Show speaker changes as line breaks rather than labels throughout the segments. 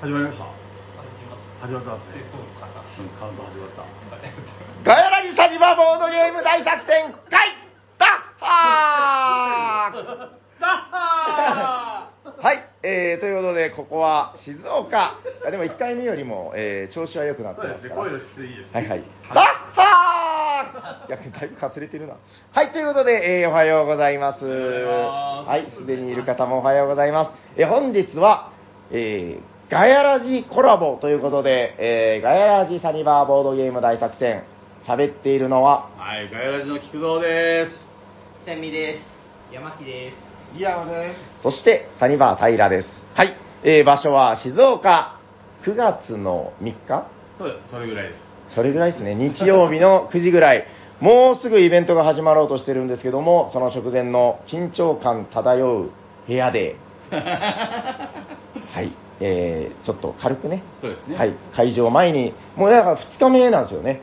始まりました始
始
まってます
まって
ね
そうかな
うんカウント始まった
なんかね
ガヤラジサニバボードゲーム大作戦会ダッハ
ダッハ
ーはい、えー、ということで、ここは静岡。あでも1回目よりも、えー、調子は良くなって
そう
ま
ですす
か
ね
ら。
声の質いいですね
はいはい。ダ
は
ッハーいや、だいぶかすれてるな。はい、ということで、えーおはようございます。
おはようございます
はい、すでにいる方もおはようございます。えー本日は、えーガヤラジコラボということで、えーガヤラジサニバーボードゲーム大作戦、喋っているのは、
はい、ガヤラジの菊蔵です。
セミです。
山木です
いやね。
そして、サニバー平です。はい、えー場所は静岡、9月の3日
そう、それぐらいです。
それぐらいですね、日曜日 の9時ぐらい、もうすぐイベントが始まろうとしてるんですけども、その直前の緊張感漂う部 屋で、はい、えー、ちょっと軽くね、
そうですね。
はい、会場前に、もうだから2日目なんですよね。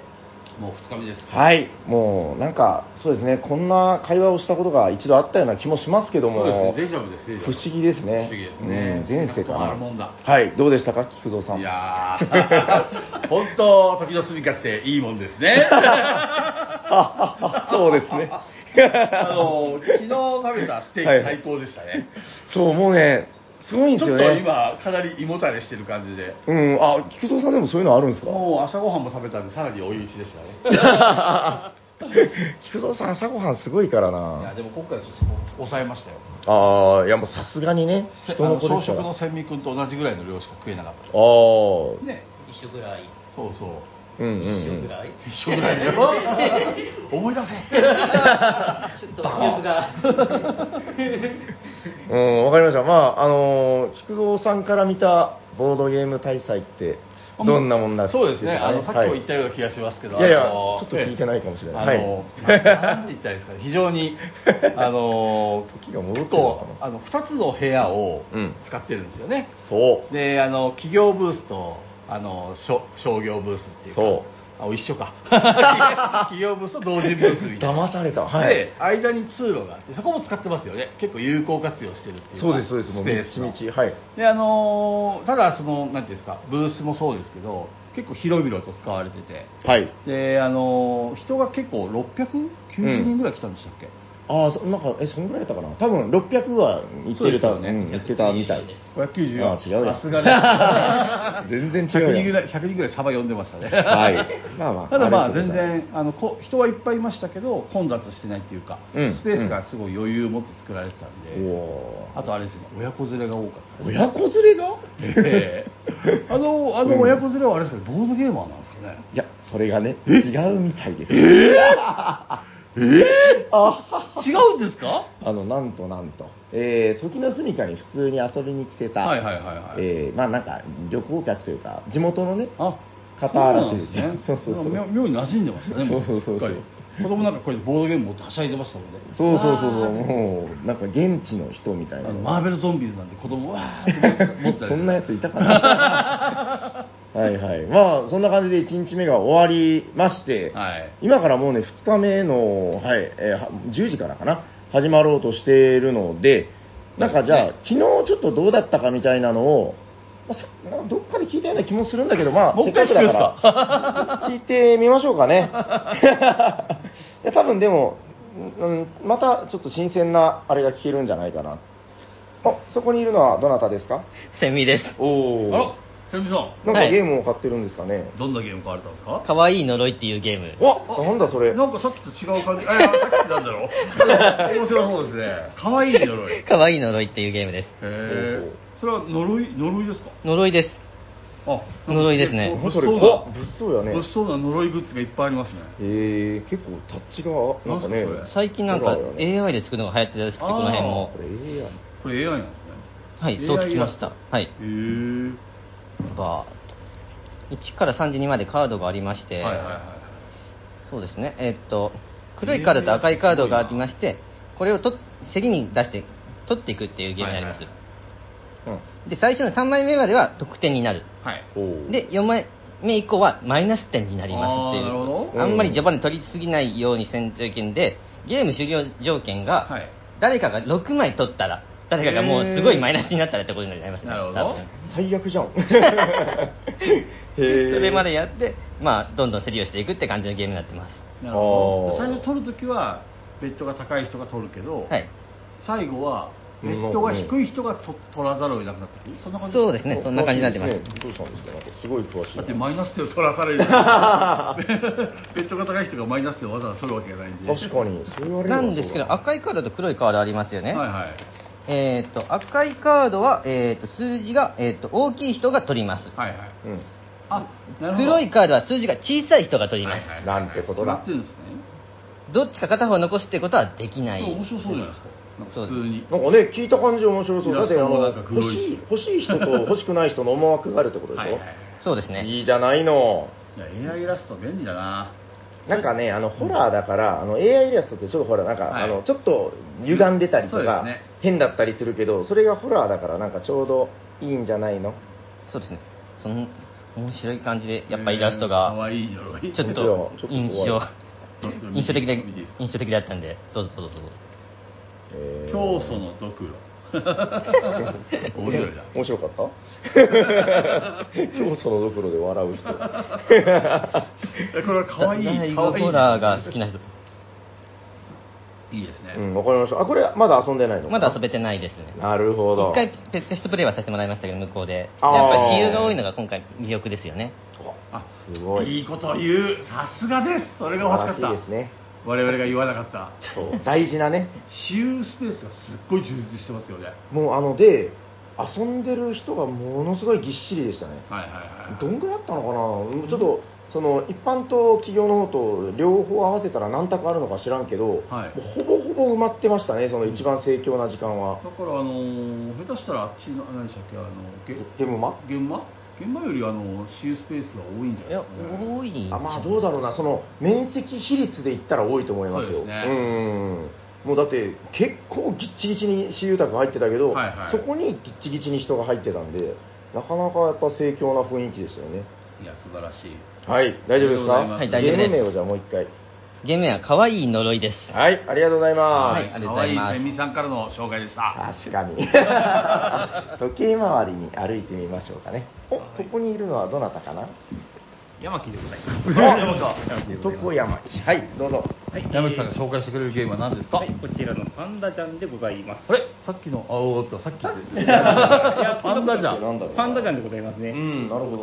もう二日目です。
はい、もうなんか、そうですね、こんな会話をしたことが一度あったような気もしますけど
そうです
も
ね。、デジャブです。デジャ
不
ブ
思議ですね。
不思議ですね。
うん、前世か
止まるもん
な。
だ。
はい、どうでしたか、菊蔵さん。
いや ー本当時の住みかっていいもんです ね。
あ そうですね。
あの昨日食べたステーキ、
はい
最高でしたね。
そう、もうね、すごいん
ち
です
ょ
よ
っと
ね。
今かなり胃もたれしてる感じで。
うん、あ、菊蔵さんでもそういうのあるんですか
もう朝ごはんも食べたんでさらに追い打ちでしたね。
菊蔵さん朝ごはんすごいから
いや
な。
でも今回はちょっとそこ抑えましたよ。
ああ、いやもうさすがにね、人の子で
朝
すか
食
ら。
の
あ
千美君と同じぐらいの量しか食えなかった。
あー、
ね、
一緒ぐらい。
そうそう。
うんうん、
一
う
緒
ん
ぐ。らい。
一緒ぐらいだよ。 思い出
ちょっと記憶が。
うん、わかりました。まあ、あのー菊蔵さんから見たボードゲーム大祭って、
せ。
どんなもんなん
そうですね。
か
あのさっきも言った
はい
ような気がしますけど、
いやいや
あの
ちょっと聞いてないかもしれない
あの、
はい
ななんて言ったらいいですかね。非常 にあの
時が戻ってるの
結
かな
構あの二つの部屋を
うん
使ってるんですよね。
そ
で、あの企業ブースとあの商商業ブースっていうか。
そう
あ一緒か 企業ブースと同時ブース
う。
みたいな
騙された。はい。
で間に通路があってそこも使ってますよね結構有効活用してるっていうか
そうです、そうです。もう、
ス
道
ペースの
々、はい。
であのーただそのなんていうんですかブースもそうですけど結構広々と使われてて
はい。
であのー人が結構690人ぐらい来たんでしたっけ、
ああ、そなんか、え、そんぐらいだったかな。多分600は行ってるた、
そうですよね
うん、行ってたみたい。
594
あ違うよ
さすが ね
全然違う
100人ぐ
よ。
らい100人ぐらいサバ呼んでましたね
はい。まあまあ。
ただまあ
りが
全
とうござい
然あのこ人はいっぱいいましたけど混雑してないっていうか、
うん
スペースがすごい余裕を持って作られてたんで、
ます。おー
あとあれですね親子連れが多かったです
親子連れが
ええあの、あ
うん
の親子連れはあれですけど、坊主ゲーマーなんですかね。
いや、それがね、違うみたいです。ええあ
違うんですか。
あの、なんとなんと。えー、時の住処に普通に遊びに来てた、
はいはいはいはい
えーまあなんか、旅行客というか、地元のね、
あ、
方らしいですね。
そうなん
そうそうそう
妙妙に馴染んでましたね。も
そうそうそうそ
しっか
う
り子供なんかこれでボードゲーム持ってはしゃいでましたもんね。
そうそうそうそう、もう、なんか現地の人みた
あ
いな。
のマーベルゾンビーズなんて子供わーって持ってたり
そんなやついたかな はいはいまあそんな感じで1日目が終わりまして、
はい
今からもうね2日目の、はいえーは10時からかな始まろうとしているのでなんかじゃあ、昨日ちょっとどうだったかみたいなのを、まあさなんかどっかで聞いたような気もするんだけどまあ
もう
せ
一
っか
回
くだから聞いてみましょうかね いや多分でも、うん、またちょっと新鮮なあれが聞けるんじゃないかなあそこにいるのはどなたですか
セミです。
お
あら、セミさん、
なんか
はい
ゲームを買ってるんですかね。
どんなゲーム買われたんですか。
可愛い呪いっていうゲーム。
わなんだそれ。
なんかさっきと違う感じ。あ、いやさっきなんだろう。面白い方ですね。可愛い呪い。へ
可愛い呪いっていうゲームです。
え。それは呪い呪いですか。
呪いです。
あ、
呪いですね
なんか物
何それ
騒
怖
な
っ物騒やね
物騒な呪いグッズがいっぱいありますね。
えー、結構タッチが、なんかね
なんすかそれ。
最近なんか
ホラーやね
AI で作るのが流行ってるらしくて、
あ
こ
ー
の辺も
こ。れ AI やん
これ AI なんですね。
はい、
AI
そう聞きました。はい。
へー
バーッと1から32までカードがありまして、
はいはいは
そうですね。えっと、黒いカードと赤いカードがありまして、これをと競りに出して取っていくっていうゲームになります。
はいは
で、最初の3枚目までは得点になる。
いはい。はい。
うん。おう、
で4枚目以降はマイナス点になりますってい
あー
う
なるほ
ど
あんまり序盤で取りすぎないようにせんといけんでゲーム終了条件が、
はい
誰かが6枚取ったら誰かがもうすごいマイナスになったらってことになりますね
なるほど
多分
最悪じゃ ん
それまでやって、まあ、どんどん競りをしていくって感じのゲームになってます
なるほど
あー
最初取るときはベッドが高い人が取るけど、
はい
最後はベッドが低い人がと取らざるを得なくなってくるそんな感じ
そうですねそんな感じになってます
ねどうしたんですかなんかすごい詳しい
だ
な
ってマイナス点を取らさ れる ベッドが高い人がマイナス点をわざわざ取るわけがないんで
確かにそう言われれ
な
ば
んですけ
そう
ど
だ
赤いカードと黒いカードありますよね、
はいはい
えーっと赤いカードは、えーっと数字が、えーっと大きい人が取ります
はいはい
うん
あなるほど
黒いカードは数字が小さい人が取ります、
はいはい
なんてことだ
なってるんですね
どっちか片方残すってことはできない
面白そうじゃないですかなんか
そうです
普通に
なんかね聞いた感じ面白そう
イ
だ
ラ
っ
ス
てあ
トも
の
なんか
欲
黒い
し
し
い欲しい人と欲しくない人の思惑があるってことでしょ、
はいいはい
そうですね
いじゃないの
いや AI イラスト便利だな
なんかねあのホラーだからあの AI イラストってちょっとほらなんか、
はい
あのちょっと歪んでたりと
そうで
か、
すね
変だったりするけどそれがホラーだからなんかちょうどいいんじゃないの
そうですねその面白い感じでやっぱイラストが
可愛いい鎧
ちょっ
いやち
と
ょっと怖い
印象印象的で
見ていいですか
印象的だったんでどうぞどうぞどうぞ
えー
教祖のド クロ面白いな
面白かった 教祖のどころで笑う人
えこれは可愛い可
だだ
愛
い
い
ぶホラーが好きな人
いいですね、
うんわかりましたあこれまだ遊んでないの
まだ遊べてないですね
なるほど
一回テテストプレイはさせてもらいましたけど向こうでやっ
あー
ぱり私有が多いのが今回魅力ですよね
あ
すごい
いいこと言うさすがですそれが欲しかっ
素
た
晴らしいですね
我々が言わなかった
そう大事なね
私有スペースがすっごい充実してますよね
もうあので遊んでる人がものすごいぎっしりでしたね
はいはいはい
どんぐらいあったのかな、ちょっとその一般と企業の方と両方合わせたら何択あるのか知らんけど、
はい
もうほぼほぼ埋まってましたねその一番盛況な時間は、
だからあのー下手したらあっちの何でしたっけあのゲ
ゲームマ
現場現場よりあの私有スペースが多いんじゃない
い
で
や
すか、ね、
多いんじゃな
あ
い
まあどうだろうなその面積比率で言ったら多いと思いますよ
そうですね
んもうだって結構ぎっちぎちに私有宅入ってたけど、
はいはい
そこにぎっちぎちに人が入ってたんでなかなかやっぱ盛況な雰囲気でしたよね
いや素晴らしい
はい大丈夫ですか
あ
りがとうございますはい大丈夫です
ゲーム名をじゃあもう一回
ゲームは可愛い呪いです
はいありがとうございます、
はいありがとうございます
可愛いセミさんからの紹介でした
確かに 時計回りに歩いてみましょうかねおここにいるのはどなたかな
山木でございます。
徳山はいどうぞ
はい
山口さんが紹介してくれるゲームは何ですか、
はい、こちらのパンダジャンでございます。
あれさっきのあおっとさっきの
いや
パンダジャ
ンなんだろうな
パンダジャンでございますね。
うん
なるほど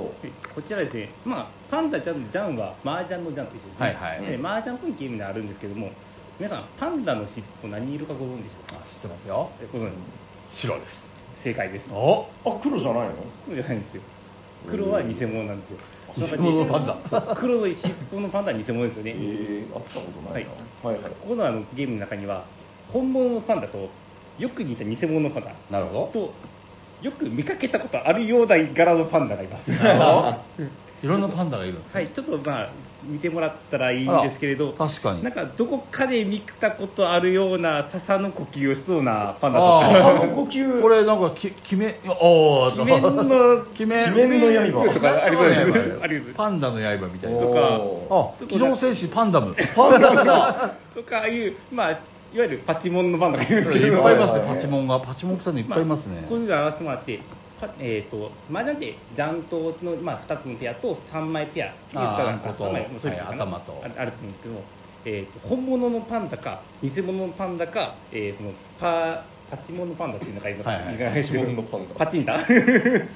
こちらですね、まあ、パンダちゃんのジャンは麻雀のジャンと一緒ですね、
はいはい
で麻雀っぽいゲームであるんですけども、皆さん、パンダの尻尾、何色かご存知でしょうか、
知ってますよ
えご存
白です
知正解です、そ
お
あ黒じゃないの
うじゃないんですよ、黒は偽物なんですよ、
偽物のパンダ
そう黒い尻尾のパンダは偽物ですよね、
えー、会ったことないな、
は
はいい、はい
ここのあのゲームの中には、本物のパンダと、よく似た偽物のパンダ、
なるほど
と、よく見かけたことあるような柄のパンダがいます。
なるほどいろんなパンダがいるんですね
はい、ちょっとまあ見てもらったらいいんですけれど
あら確かに
なんかどこかで見たことあるような笹の呼吸をしそうなパンダと
あ
か
あ呼吸これなんかき決めおお
鬼 面の
決め
鬼面の刃
とかありそうです
パンダの刃
ありそ
パンダの刃
うです
みたいな
とか
あ機動戦士パンダム
パンダが
とかああいうまあいわゆるパチモンのパンダがいるんですけ
い
ど
っぱいいます
はいはいは
ね
い
パチモンがパチモンさんのいっぱいいますね
あこういうのが合わせてもらってパえー、と麻雀って残党の、まあ、2つのペアと3枚ペア
あー
二つ
あんこと
三枚そういうのか
は
な
い頭と
ああると思うんですけど、えー、と本物のパンダか偽物のパンダか、えー、そのパパチモンのパンダっていうのがいます、
はいはい
パチモ ンのパンダパチンダ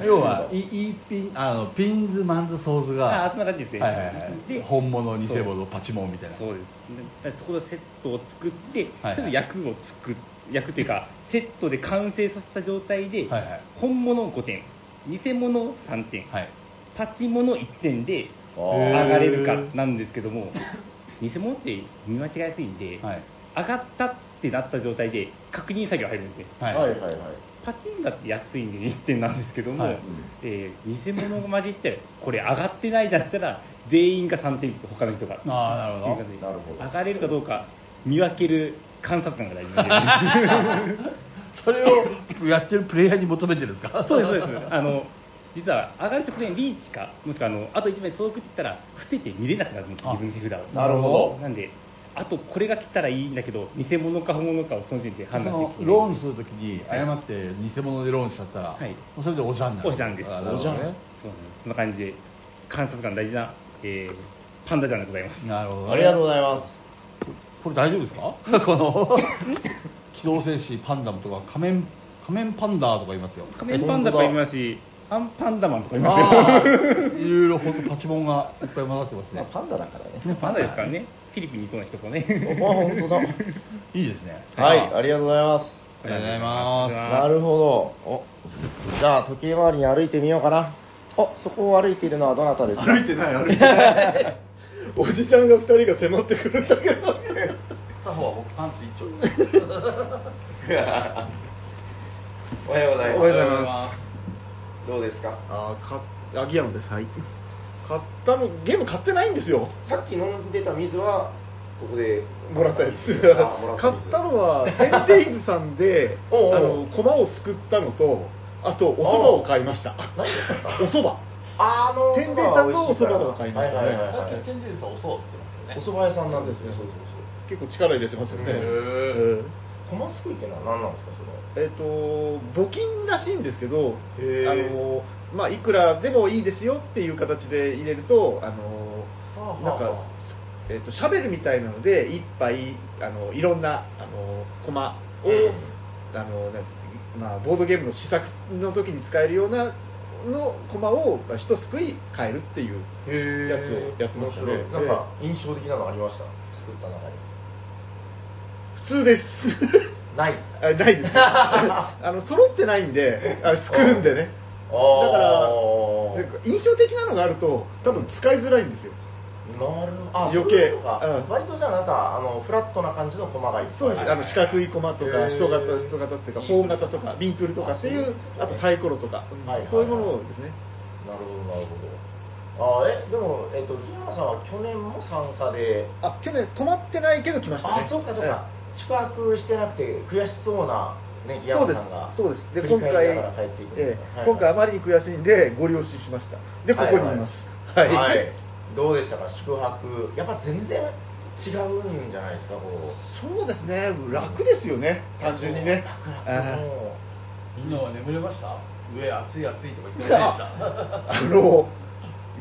要はいいピンあのピンズマンズソーズが
あーそんな感じですね
はいはいはい
で
本物偽物パチモンみたいな
そうですでそこのセットを作って、
はいはい
ちょっと役を作っ役というかセットで完成させた状態で、
はいはい
本物5点偽物3点、
はい
パチモノ1点で
あ
上
ー
がれるかなんですけども偽物って見間違えやすいんで、
はい
上がったってなった状態で確認作業入るんですね
はいはいはいはい
パチンだって安いんで1点なんですけども、
はい
えー偽物が混じってこれ上がってないだったら全員が3点です他の人が
あーなるほど
っていう
なる
感
ほ
じ
ど
で上がれるかどうか見分ける観察官が大事なんで
それをやってるプレイヤーに求めてるんですか
そうですそうですあの実は上がる直前リーチかもしくはあのあと1枚遠くって言ったら伏せて見れなくなるんです自分の手札を
なるほど
なんであとこれが来たらいいんだけど偽物か本物かをその時点で
そ
判断で
の
きる
ローンするときに誤って偽物でローンしちゃったら、
はい
もうそれでおじゃんになる
おじゃんです
あなるほ
お
ど
じゃん
ね
そうなんですそんな感じで観察官大事な、えーパンダじゃなくございます
なるほどね、
ありがとうございます
これ大丈夫ですか この機動戦士パンダムとか仮面仮面パンダーとかいますよ
仮面パンダとかいますしアンパンダマンとかいますよ
あーいろいろ本当パチモンがいっぱい混ざってます
まあ
ね
パンダだからね
パンダですからねフィリピンにいそうな人とね
あ本当だ
いいですね
はい
あ
ありがとうございます
りがとうございます
なるほどおじゃあ時計回りに歩いてみようかなあそこを歩いているのはどなたですか
歩い てない、歩いてない。おじさんが二人が迫ってくるんだけど。
片方は僕パンツ一丁
おはようございます
おはようございます
どうですか
あー、か、アギアムです。はい。買ったの、ゲーム買ってないんですよ。
さっき飲んでた水はここで
もらったやつ
あもら
買ったのはテンデイズさんで
おうおう
あの駒をすくったのとあとおそばを買いました
何買った
おそば
あの
天然さんのお蕎麦を買いましたね
はいはいはいはい
天然さん襲ってますよ
お蕎麦屋さんなんですねそうそうそう
結構力入れてますよね
へー
うん
駒すくいってのは何なんですかそれ
えっ、と募金らしいんですけどあ
へー
の、まあ、いくらでもいいですよっていう形で入れるとあの
はあはあ
なんか、すえっとシャベルみたいなので一杯あのいろんなあの駒を、
うん
あのなんていうんですまあ、ボードゲームの試作の時に使えるようなの駒をまあ一すくい買えるっていうやつをやってましたね
面白いなんか印象的なのありました作った中に
普 通です
ない
あないです あの揃ってないんであすくうんでね
だ
だからなんか印象的なのがあると多分使いづらいんですよ
なるあ
余計
そういうことか
うん
割とじゃあなんかあのフラットな感じの駒がいっぱい
そうです、あの四角い駒とか、
へー
人型、人型っていうか、
いい
方型とか、ビークルとかっていう、あとサイコロとか
はいはい、
そういうものですね。
なるほどなるほどあえでもえっと木山さんは去年も参加で
あ、去年泊まってないけど来ましたね。
あそうかそうか、宿泊してなくて悔しそうなね木山
そうです
さんが
そうです。で、
振
今
り
回
返りながら帰っていく、
ええ今回あまりに悔しいんで、ご了承しました。で、ここにいます。はい。
どうでしたか宿泊やっぱ全然違うんじゃないですかこう
そうですね、楽ですよね、単純にね。
楽々
ええ
も
昨日は眠れました上暑い暑いとか言ってませんでした
ああの、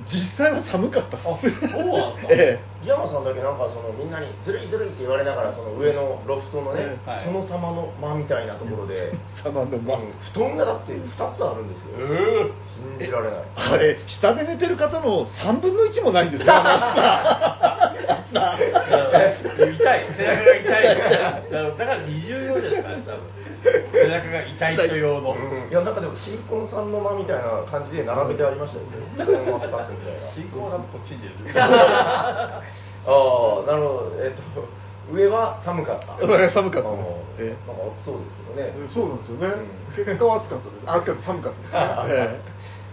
実際は寒かったっす。
そうなんですか
ええ
ギヤマさんだけなんかそのみんなにずるいずるいって言われながらその上のロフトのね、
うんはい
殿様の間みたいなところ で、
様の間
うん布団がだって2つあるんですよ、信じられない
あれ、下で寝てる方の3分の1もないん ですよ、あのさ
痛い背中が痛いだから20秒ですから多分背中が痛い人用の
うんいやなんかでも新婚さんの間みたいな感じで並べてありましたよね布団が2つみたいな
進行がこっちに出る
ああなるほどえっと上は寒かった
上は寒かったです
ああ
ええ
なんか暑そうですよね、
そうなんですよね、
うん
結果は暑かったです、あ暑かった、寒かったですね、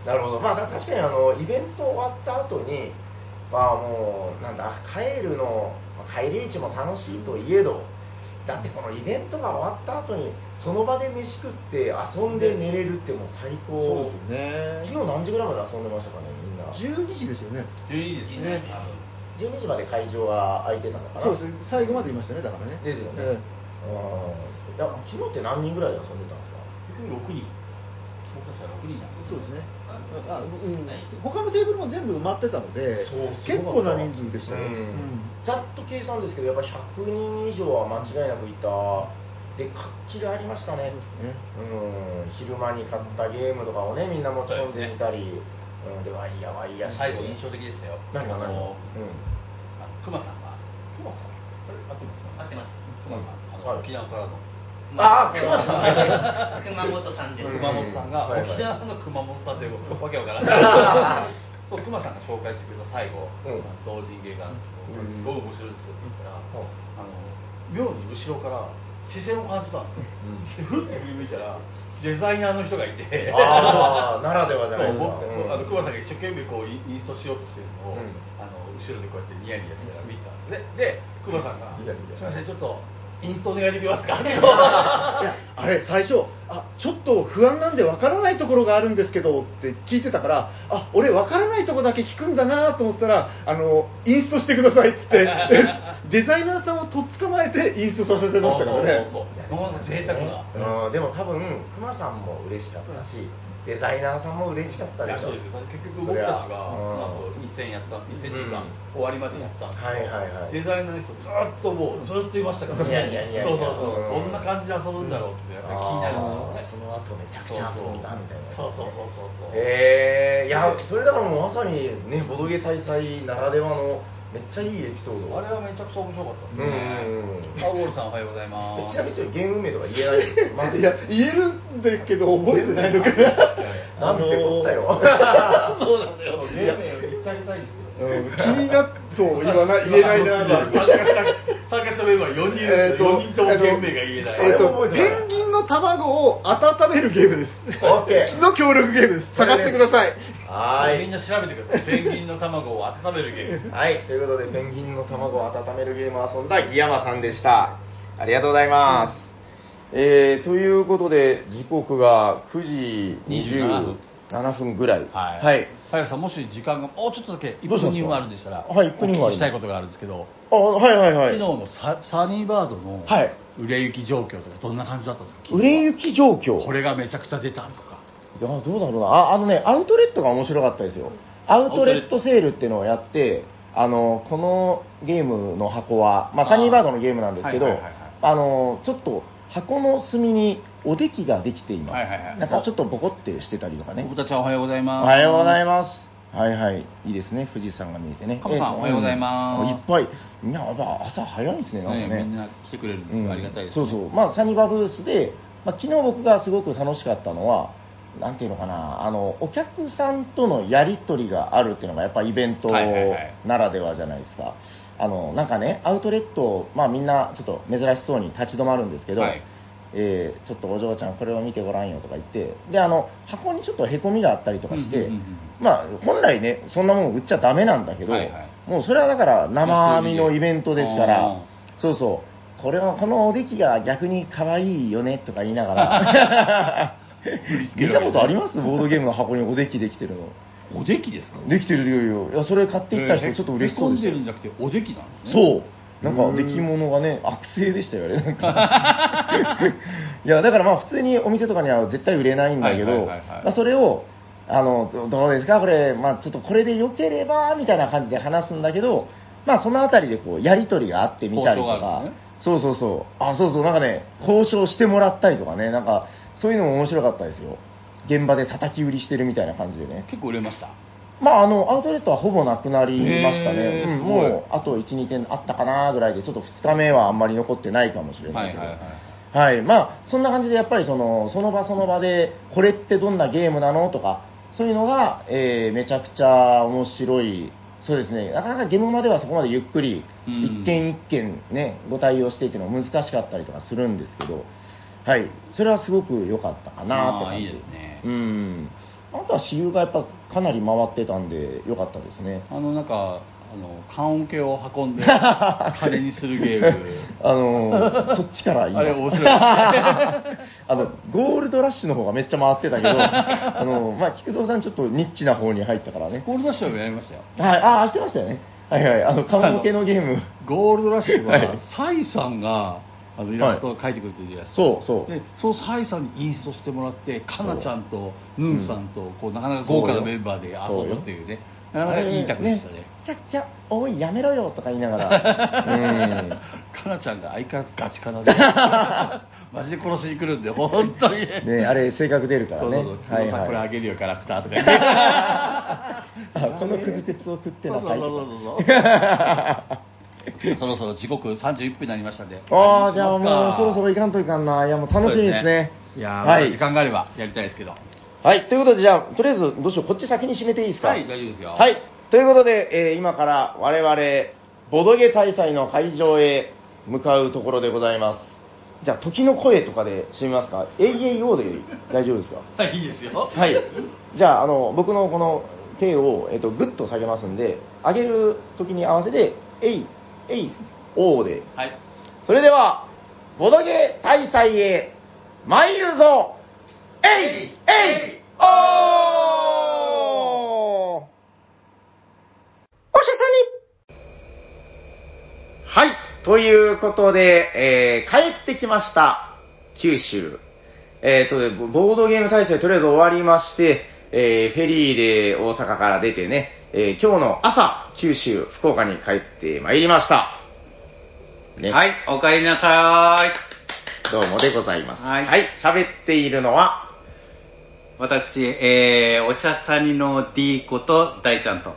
え
なるほど、まあ、確かにあのイベント終わった後に、まあもう、なんだ、帰るの、まあ帰り道も楽しいといえど、だってこのイベントが終わった後に、その場で飯食って、遊んで寝れるって、もう最
え
高、
ね
昨日何時ぐらいまで遊んでましたかね、みんな。
12時ですよね、
いいですね
12時まで会場が空いてたのかな。
そうですね、最後までいましたね、だからね、
ですよね。
え
うんいや昨日って何人ぐらいで遊んでたんですか
結局6人僕たちは6人なんで
え
す
そうですね、あうん、他のテーブルも全部埋まってたので、
す
結
ご
構
かっ
な人数でしたよ、
うん
うん
ざっと計算ですけどやっぱ100人以上は間違いなくいたで活気がありましたね
ね
うん昼間に買ったゲームとかをねみんな持ち込んでみたりう、ん、でワイヤワイヤして
最後印象的でしたよ
何が
あ
何
の
がう
あの熊さんが
ん
合ってます
合ってます熊さんあの、
はい
沖縄からの
あー
熊さん
熊
熊本さんです
うん
熊本さんが、
はいはい
沖縄の熊本さんってわけわからない そう熊さんが紹介してくれた最後、
うん
同人芸があるん
う
です
ん
けど、すごい面白いですよって言ったら、
ん
あの妙に後ろから視線を感じたんですよ、でふって振り向いたらデザイナーの人がいて
あーならではじゃないですか
そう僕
うん
あの熊さんが一生懸命こうインインストしようとしてるのを、
うん
あの後ろでこうやってニヤニヤしながら見たんですねで熊さんが「
ニヤニヤ
すいませんちょっと
インストお願いでき ますかい
いや
や
あれ最初あちょっと不安なんでわからないところがあるんですけどって聞いてたからあ俺わからないところだけ聞くんだなと思ってたらあのインストしてくださいって言ってデザイナーさんをとっ捕まえてインストさせてましたからね
そうそうそう
もう贅沢な
うん、でも多分クマさんも嬉しかったしデザイナーさんも嬉しかった
い
で
や
し
そ
ょ
うですよ結
そ
局僕
り
たち
ゃ
がその後2000やった2000っていうか
う
終わりまでやったんです
はいはいはい
デザイナーの人ずーっともうずーっといましたから
いやいやいやいや
そうそうそううどんな感じで遊ぶんだろうってやっぱり気になるんで
あーそ
しょうね
の後めちゃくちゃ遊んだみたいな
そうそうそうそうそう
へえいやそれだからもうまさにねボドゲ大祭ならではのめっちゃいいエピソード
あれはめちゃくちゃ面白かっ
う
たです
んうんうん
ね。アゴールさんおはようございます。
ちなみにちょっとゲーム名とか言えないんですまず
いや言えるんだけど覚えてないのかな
なんてこったよ
そうなんだよ。ゲーム名を言ってあげたいんですけどね。
うん気になっそう言わない言えないな
参加した参加したメンバー4人いるんですけど、4人ともゲーム名が言えない。
えーと
あれ覚えてない
ペンギンの卵を温めるゲームです
OK
の協力ゲームです探してください
はー
みん
い
な調べてください。ペンギンの卵を温めるゲーム。
はいということでペンギンの卵を温めるゲームを遊んだギヤマさんでしたありがとうございます、えーということで時刻が9時27分ぐらいはい
早さんもし時間がもうちょっとだけ1
どうしま
分
した
2分あるんでしたら
はい一分二分
お
あ
聞
ります
きしたいことがあるんですけど
あはいはいは
昨
い
日のササニーバードの
はい
売れ行き状況とかどんな感じだったんですか
売れ行き状況
これがめちゃくちゃ出たとか
いやどうだろうなああのねアウトレットが面白かったですよアウトレットセールっていうのをやってあのこのゲームの箱は、ま
あ
あ、
ー
サニーバードのゲームなんですけど
はいはいはいはい
あのちょっと箱の隅におできができています、
はいはいはい
なんかちょっとボコってしてたりとかね
僕たちはおはようござい
お
ます
はようござ
い
いますはいはいいいですね富士山が見えてね
カモさん
え
おはようございます
いっぱいみんなやっぱ朝早いんですねなんかね
みんな来てくれるんですよ、ありがたいです、
そうそう、まあ、サニバブースで、まあ、昨日僕がすごく楽しかったのは、なんていうのかな、あのお客さんとのやり取りがあるっていうのが、やっぱイベント
はいはいはい
ならではじゃないですか、あのなんかね、アウトレット、まあ、みんなちょっと珍しそうに立ち止まるんですけど、
はい
えーちょっとお嬢ちゃん、これを見てごらんよとか言って、であの箱にちょっとへこみがあったりとかして、
うんうんうん
まあ、本来ね、そんなもん売っちゃだめなんだけど、
はいはい
もうそれはだから、生身のイベントですか
あ
ら
ー。
そうそう、これはこのおできが逆に可愛いよねとか言いながら、 見たことありますボードゲームの箱におできできてるの。
おできですか
できてるよいやそれ買ってきた人ちょっと嬉しそうでし
へこんでるんじゃなくておできなんです
た。
ね
そう。なんか出来物がね、悪性でしたよ、あれ、なんか。 いや、だからまあ、普通にお店とかには絶対売れないんだけ
はいは
ど、
いはいはい
まあそれを、あの、どどうですか、これ、まあ、ちょっとこれで良ければ、みたいな感じで話すんだけど、まあ、そのあたりでこう、やりとりがあってみたり
交
と
渉があ
か、
るんですね
そうそうそう、あ、そうそう、なんかね、交渉してもらったりとかね、なんか、そういうのも面白かったですよ。現場で叩き売りしてるみたいな感じでね。
結構売れました
まあ、あのアウトレットはほぼなくなりましたね
へ、ー
うん
すごい
もうあと1、2点あったかなぐらいで、ちょっと2日目はあんまり残ってないかもしれないけど、
はいはい
はいまあ、そんな感じで、やっぱりそのその場その場で、これってどんなゲームなのとか、そういうのが、えーめちゃくちゃ面白い、そうですね、なかなかゲームまではそこまでゆっくり、
うん
一件一件、ね、ご対応してっていうのは難しかったりとかするんですけど、はい、それはすごく良かったかなって
あ
感
ー
じ
いいですね
うん、あとは私有がやっぱかなり回ってたんで良かったですね
あのなんかあの缶桶を運ん で金にするゲーム
あの ーそっちから言います
あれ面白い
あのゴールドラッシュの方がめっちゃ回ってた けどあのー、まあ、菊蔵さんちょっとニッチな方に入ったからね
ゴールドラッシュもやりましたよ
はいああしてましたよねはいはいあの顔向けのゲーム
ゴールドラッシュ
はい
はサイさんがあのイラストを描いてくれてるじゃないですか、
そうそう
でそのサイさんにインストしてもらってかなちゃんとヌンさんとこうなかなか豪華なメンバーで遊ぶっていうねなかなかいい卓でしたね
キャッキャおいやめろよとか言いながらうん
かなちゃんが相変わらずガチかなでマジで殺しに来るんで本当に
ねあれ性格出るか
そ
ら
う
ね
そうそう、
は
はいい
はい
これあげるよキャラクターとか言って
あこのくず鉄を食ってなさ
そうそうそ
いとか
うそうそろそろ時刻31分になりましたんで
ああ、じゃあもうそろそろ
い
行かんといかんな。いや、もう楽しみですね。
いやーま
は
た
い
時。間があればやりたいですけど
はい、ということで、じゃあ、とりあえず、どうしよう、こっち先に締めていいですか。
はい大丈夫ですよ
はい、ということで、えー今から我々、ボドゲ大祭の会場へ向かうところでございます。じゃあ、時の声とかで締めますか。AAO で大丈夫ですか。
はいいいですよ
はい。じゃあ、あの、僕のこの手を、えっと、ぐっと下げますんで、上げる時に合わせて、えい、えい、おーで。
はい
それでは、ボドゲ大祭へ参るぞえいえいおーおしゃさにはい、ということで、えー帰ってきました。九州。えーと、ボードゲーム大祭とりあえず終わりまして、えーフェリーで大阪から出てね、えー今日の朝、九州、福岡に帰ってまいりました。ね
はい、おかえりなさい。
どうもでございます。は。
はいい
喋っているのは、
私、えー、おしゃさにの D こと大ちゃんと。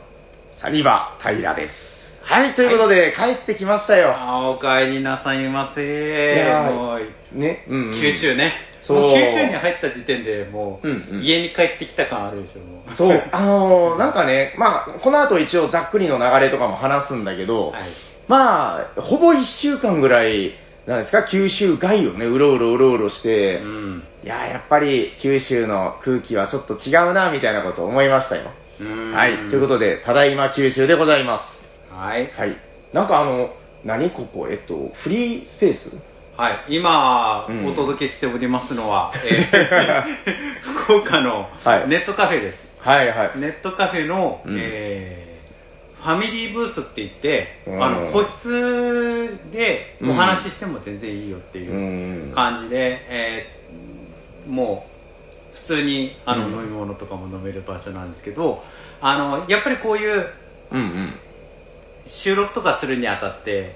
サニバ・タイラです。はい、ということで、帰ってきましたよ。
あーおかえりなさいませ
いやー
もう
ね、うんうん
九州ね。
そう
もう九州に入った時点でもう、
うんうん
家に帰ってきた感あるでしょ、もう。
そう、あのーなんかね、まあ、この後一応ざっくりの流れとかも話すんだけど、
はい
まあ、ほぼ1週間ぐらい、なんですか、九州外をね、うろうろうろうろして、
うん。
いやー、やっぱり九州の空気はちょっと違うな、みたいなことを思いましたよ。はい、ということとで、ただいま九州でございます。
はい。
はい。なんかあの、何ここ、えっと、フリースペース
はい、今、
うん
お届けしておりますの は、えー福岡の
はい
ネットカフェです。
はいはい。
ネットカフェの、
うん
えーファミリーブーツって言って、
うん
あの個室でお話ししても全然いいよっていう
うん。
感じで、えーもう普通にあの
うん
飲み物とかも飲める場所なんですけど、あのやっぱりこういう
うんうん。
収録とかするにあたって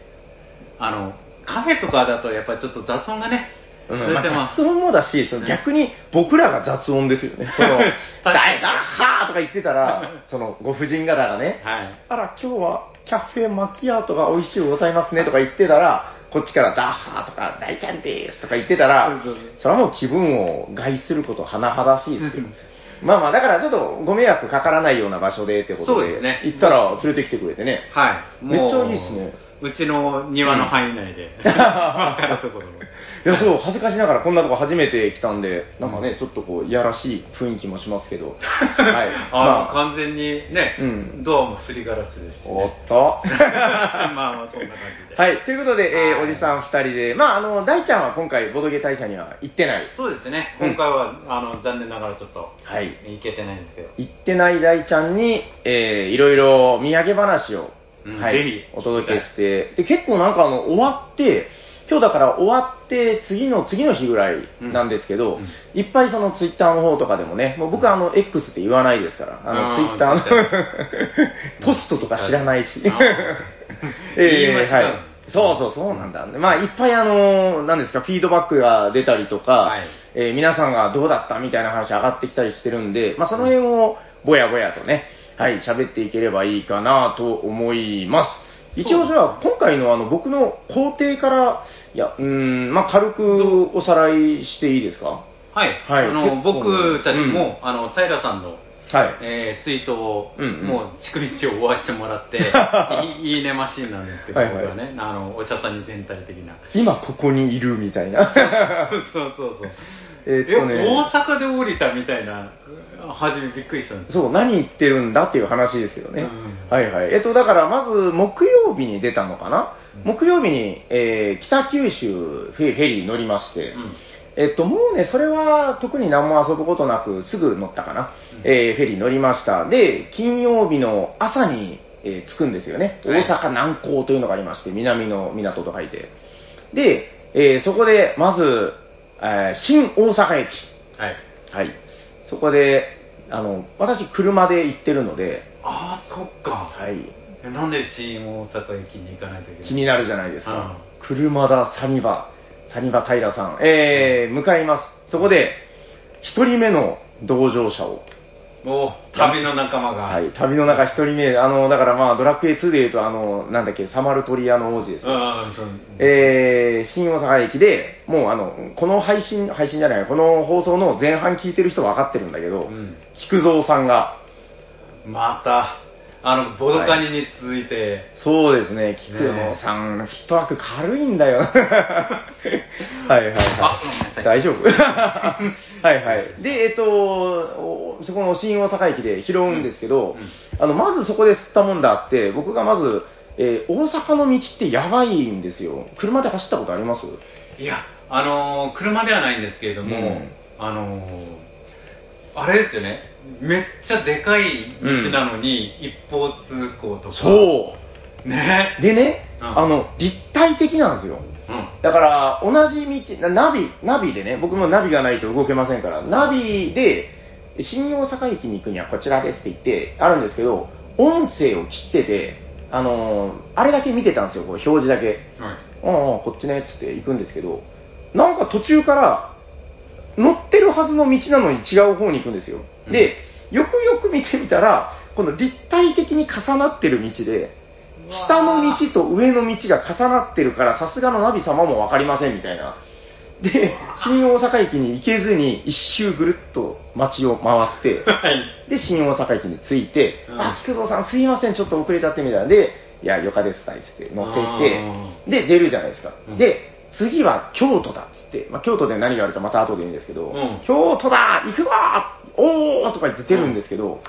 あのカフェとかだとやっぱりちょっと雑音がね、
うん
どう
ま
しても、
あ、雑音もだし、その逆に僕らが雑音ですよね。その 誰だはーとか言ってたら、その、ご婦人方がね、
はい、
あら、今日はキャフェマキアートが美味しゅうございますねとか言ってたら、こっちからダッハーとか大ちゃんですとか言ってたら
そうそう、
それはもう気分を害すること甚だしいですよ。まあまあ、だからちょっとご迷惑かからないような場所でってことで、
そうですね
行ったら連れてきてくれてね。
はい、もう
めっちゃいいっすね
うちの庭の範囲内で、 分かるところの
いや、そう、恥ずかしながらこんなとこ初めて来たんで、なんかね、ちょっとこう、いやらしい雰囲気もしますけど、はい。
あの、
まあ、
完全にね、
うん
ドアもすりガラスですし、
おっ
ね、
と。
まあまあそんな感じで、
はい、ということで、え
は
ー
い
おじさん2人で、まあ、あの、大ちゃんは今回、ボドゲ大社には行ってない。
そうですね
うん
今回は、あの残念ながらちょっと
はい。
行けてないんですけど
行ってない大ちゃんに、えーいろいろ土産話を、
うん
はい
ぜひ
お届けして、で、結構なんかあの、終わって、今日だから終わって、次の次の日ぐらいなんですけど、
うん
いっぱいそのツイッターの方とかでもね、もう僕はあの、X って言わないですから、あの、ツイ
あー
ッターの
Twitter
ポストとか知らないし
あー、言い間違う
はいそうそうそうなんだ。まあ、いっぱいあの、なんですか、フィードバックが出たりとか、
はい
えー皆さんがどうだったみたいな話上がってきたりしてるんで、まあ、その辺をぼやぼやとね、はい、喋っていければいいかなと思います。一応じゃあ、今回のあの、僕の工程から、いや、うーん、まあ、軽くおさらいしていいですか
はい、
はい
あ
結
の
構
僕たちも、あの平さんの、
はい。
えーツイートを、
うんうん
もう逐一追わしてもらって いいいねマシーンなんですけど
はいはい
僕はねあのお茶さんに全体的な
今ここにいるみたいな。
そうそうそう
えーっとね
え大阪で降りたみたいな初めびっくりしたんですよ
そう、何言ってるんだっていう話ですけどね。
うん
はいはい。えっと、だから、まず、木曜日に出たのかな、木曜日に、えー北九州フェフェリー乗りまして、
うん
えっと、もうね、それは特に何も遊ぶことなく、すぐ乗ったかな、えーフェリー乗りました。で、金曜日の朝に、えー着くんですよね。
はい
大阪南港というのがありまして、南の港と書いて。で、えーそこで、まず、えー新大阪駅。
はい
はい。そこで、あの、私、車で行ってるので、
ああそっか
はい。
えなんで新大阪駅に行かないといけない
気になるじゃないですか。
うん
車だ、サニバ、サニバ平さん、えー、向かいます。そこで、一人目の同乗者を、
お旅の仲間が、
はい、旅の中一人目、あの、だからまあ、ドラクエ2で言うと、あの、なんだっけ、サマルトリアの王子ですね。
うんそう
えー、新大阪駅で、もうあの、この配信、配信じゃない、この放送の前半聞いてる人は分かってるんだけど、
うん
菊蔵さんが、
またあのボドカニに続いて、
そうですね、菊野さん、フットワーク軽いんだ よな。はいはい
あ
はい。大 丈夫はいはい。で、えっと、おそこの新大阪駅で拾うんですけど、あの、まずそこで吸ったもんだって、僕がまず、えー大阪の道ってやばいんですよ。車で走ったことあります
いや、あのー車ではないんですけれども、
うん
あのーあれですよね、めっちゃでかい道なのに、一方通行とか。う。ね。
でね、
うん
あの立体的なんですよ
うん。
だから同じ道なナビナビでね僕もナビがないと動けませんからナビで新大阪駅に行くにはこちらですって言ってあるんですけど音声を切っててあのーあれだけ見てたんですよこう表示だけ
はい。
うんうんこっちねっつって行くんですけどなんか途中から乗ってるはずの道なのに違う方に行くんですよ、でよくよく見てみたらこの立体的に重なってる道で下の道と上の道が重なってるからさすがのナビ様も分かりませんみたいなで新大阪駅に行けずに一周ぐるっと街を回ってで、新大阪駅に着いて、
うん
あ、菊蔵さんすいません、ちょっと遅れちゃってみたいなんで、いや、よかですさいっつって乗
あ
せて、で、出るじゃないですか。
うん
で、次は京都だっつって、まあ、京都で何があるかまた後でいいんですけど、
うん
京都だ行くぞーおーとか言って出るんですけど、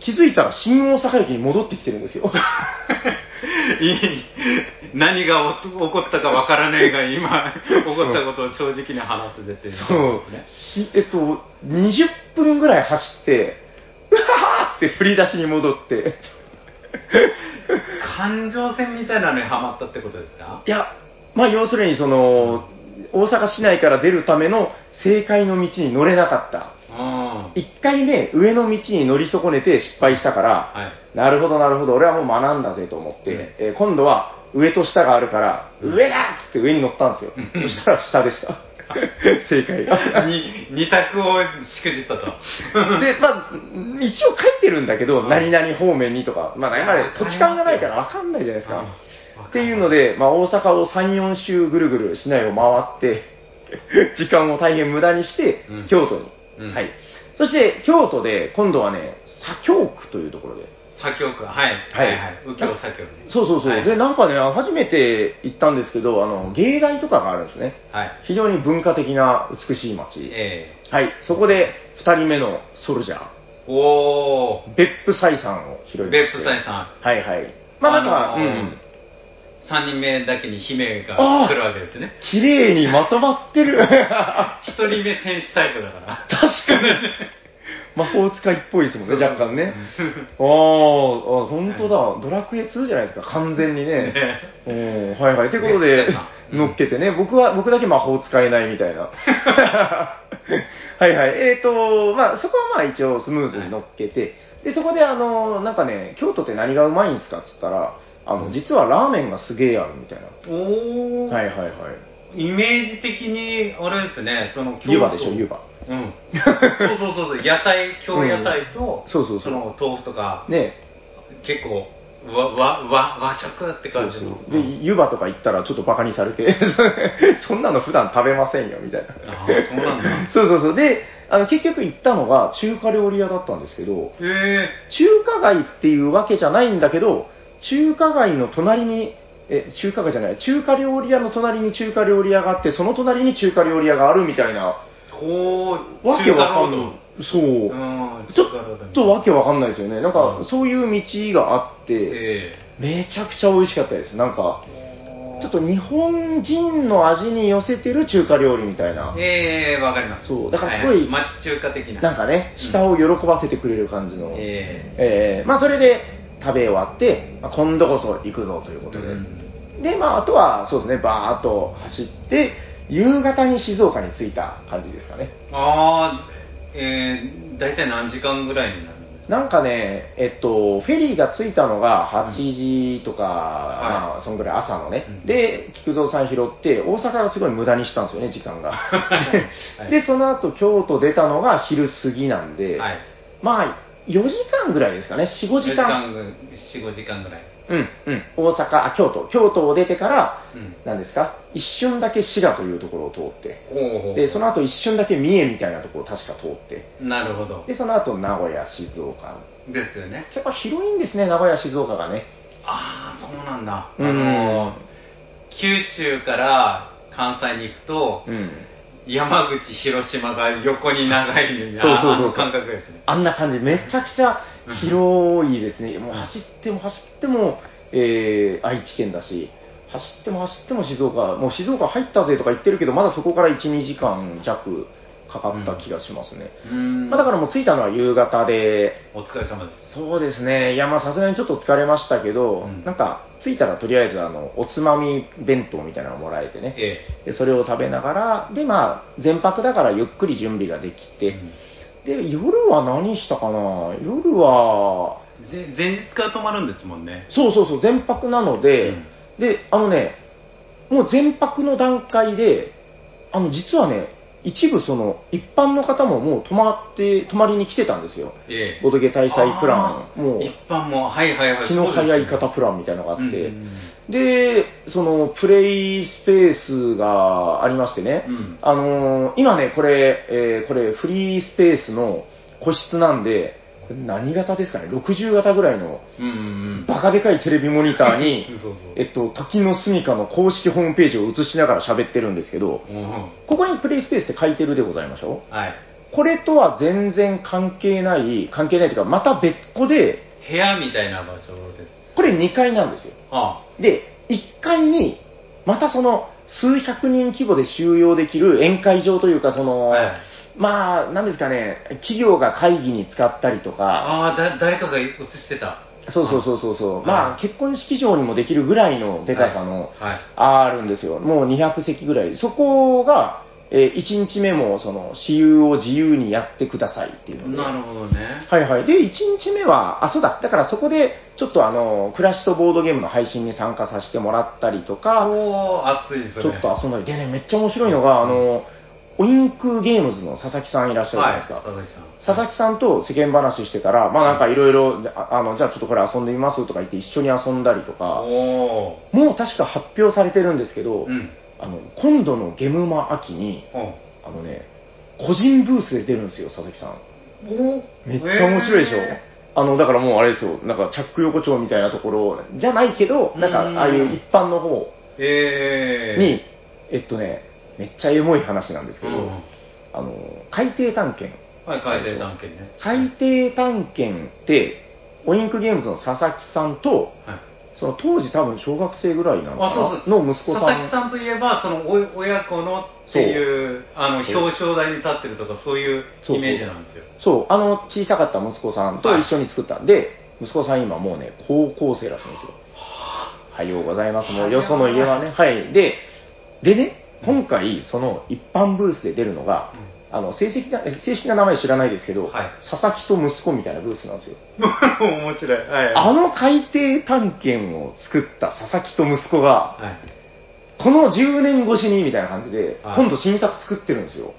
気づいたら新大阪駅に戻ってきてるんですよ。
いい何が起こったかわからないが今起こったことを正直に話すでっていう
そう
ことですね、
しえっと、20分ぐらい走って、うわーって振り出しに戻って、
感情線みたいなのにはまったってことですか
いや、まあ、要するにその、大阪市内から出るための正解の道に乗れなかった。
うんは
1回目、上の道に乗り損ねて失敗したから、
い
なるほど、なるほど、俺はもう学んだぜと思って、
うん
えー今度は上と下があるから、上だっつって上に乗ったんですよ。そしたら下で した。 正解が。
に二択をしくじったと
で、まあ、一応書いてるんだけど、何々方面にとか、まあ、やはり土地勘がないから分かんないじゃないですか。っていうので、まあ、大阪を3、4周ぐるぐる市内を回って、 時間を大変無駄にして
うん、
京都に、
うん
はい。そして、京都で、今度はね、左京区というところで。
左京区はい
は
はいいはい右京左京ね
そうそうそう。
はい
で、なんかね、初めて行ったんですけど、あの、芸大とかがあるんですね。
はい
非常に文化的な美しい街。
え
はい。そこで、2人目のソルジャー。
えおお
別府採算を拾いまして
別府採算
はいはいまあなんか、
あのー
うん
三人目だけに姫が来るわけですね
綺麗にまとまっ てる
一人目天使タイプだから
確かに 魔法使いっぽいですもんね若干ねあーあ本当だ、ドラクエ2じゃないですか完全にね
ね
おーはいはいということで
別府採算うん
乗っけてね僕は僕だけ魔法使えないみたい なはいはいえっ、ー、とまあそこはまあ一応スムーズに乗っけて、でそこであのなんかね京都って何がうまいんですかっつったらあの実はラーメンがすげえあるみたいな
おお、
はいはいはい。
イメージ的にあれですねその
湯葉でしょ、湯葉。
うんそうそうそうそう野菜京野菜と、
うんそうそうそう
の豆腐とか、
ね
結構わわわ和食って
そ
感
う
じの
そう。で、湯葉とか行ったらちょっとバカにされて、 そんなの普段食べませんよ、みたいな。
あーそうなんだ
そうそうそう。で、あの結局行ったのが中華料理屋だったんですけど、
へえ
中華街っていうわけじゃないんだけど、中華街の隣に、え、中華街じゃない、中華料理屋の隣に中華料理屋があって、その隣に中華料理屋があるみたいな、
こう
わけわかん
中
ない
華。
そう。
ロードうん
ちょ
中華ロード
っとわけわかんないですよね。なん
う
か
ん、
そういう道があって、
え
めちゃくちゃ美味しかったです。なんか、ちょっと日本人の味に寄せてる中華料理みたいな
え。ええわかります
そうだからすごい
はは町中華的な
なんかね、舌を喜ばせてくれる感じの。え
え
えまあそれで食べ終わって、まあ今度こそ行くぞということで。
うん
で、まああとはそうですね、バーっと走って、夕方に静岡に着いた感じですかね。
えああええ大体何時間ぐらいになるんですか
なんかね、えっと、フェリーが着いたのが8時とか、まあ、そんぐらい朝のね、
うん
で、菊蔵さん拾って、大阪がすごい無駄にしたんですよね、時 間が。
い
で、その後、京都出たのが昼過ぎなんで、
はい
まあ、4時間ぐらいですかね、4、5時
時
間。
間ぐ45時間ぐらい、
うん、うん、大阪、あ、京都、京都を出てから、
うん、
なんですか、一瞬だけ滋賀というところを通って、
ほうほう
で、その後一瞬だけ三重みたいなところを確か通って、
なるほど
で、その後名古屋、静岡、
ですよね
結構広いんですね、名古屋、静岡がね。
ああそうなんだ、
うん
あの九州から関西に行くと、
うん。
山口広島が横に長いのに
そうそう
あ
そうそう
の感覚ですね
あんな感じ、めちゃくちゃ広いですね。もう走っても走っても、えー愛知県だし、走っても走っても静岡、もう静岡入ったぜとか言ってるけど、まだそこから1、2時間弱かかった気がしますね。
うん
まあ、だからもう着いたのは夕方で、
お疲れ様です
そうですね、いや、まあさすがにちょっと疲れましたけど、
うん
なんか着いたらとりあえずあのおつまみ弁当みたいなのをもらえてね、
え
でそれを食べながら、で、まあ、全泊だからゆっくり準備ができて、で、夜は何したかな、夜は、
えぜ前日から泊まるんですもんね
そうそうそう、全泊なので、
うん
で、あのね、もう全泊の段階で、あの、実はね、一部その、一般の方ももう泊まって、泊まりに来てたんですよ。
ええ
ボドゲ大祭プラン、もう、
一般もはいはいはい
気の早い方プランみたいなのがあって、で、その、プレイスペースがありましてね、
うん
あのー今ね、これ、えーこれ、フリースペースの個室なんで、これ何型ですかね、60型ぐらいの、
うんうん
バカでかいテレビモニターに、
そうそう
えっと、時の住みかの公式ホームページを映しながら喋ってるんですけど、
うん
ここにプレイスペースって書いてるでございましょ。
はいう
これとは全然関係ない、関係ないというか、また別個で、
部屋みたいな場所です
これ2階なんですよ。
あ
で、1階に、またその、数百人規模で収容できる宴会場というか、その、
はい
まあ、なんですかね、企業が会議に使ったりとか、
ああだ誰かが映してた
そうそうそうそうそう、
はい
まあ、結婚式場にもできるぐらいのでかさの、
はい
あるんですよ、もう200席ぐらい、そこが、え1日目もその私有を自由にやってくださいっていうので、
なるほどね
はいはい、で1日目は、あそうだ、だからそこでちょっとあのクラシとボードゲームの配信に参加させてもらったりとか、
おー熱いです
ち
ね
ょっと遊んだり、でね、めっちゃ面白いのが、あのオインクゲームズの佐々木さんいらっしゃるじゃな
はいい
ですか。
佐々木さん
佐々木さんと世間話してから、まあなんかいろいろ、ああの、じゃあちょっとこれ遊んでみますとか言って一緒に遊んだりとか、
おお
もう確か発表されてるんですけど、
うん
あの今度のゲムマ秋に
お
あのね個人ブースで出るんですよ佐々木さん
お
めっちゃ面白いでしょ、
へ
あのだからもうあれですよなんかチャック横丁みたいなところじゃないけどなんか
うん
ああいう一般の方
ーえー、
にえっとねめっちゃエモい話なんですけ
う
ど、
ん
あの海底探検
はい海底探検ね
海底探検ってオインクゲームズの佐々木さんと
はい
その当時多分小学生ぐらいなの
あそう
か
そう
なの息子さん
佐々木さんといえばそのお親子のっていうあの
そう
表彰台に立ってるとかそういう
そうそう
イメージなんですよ
そう、あの小さかった息子さんと一緒に作ったんで、息子さん今もうね、高校生らしいんですよ。おはようございます。もうよその家はね。はい。で、でね、今回、その一般ブースで出るのが、あの正式なえ正式な名前知らないですけど、
はい
佐々木と息子みたいなブースなんですよ。
面白いはい
あの海底探検を作った佐々木と息子が、
はい
この10年越しにみたいな感じで、
はい
今度新作作ってるんですよ。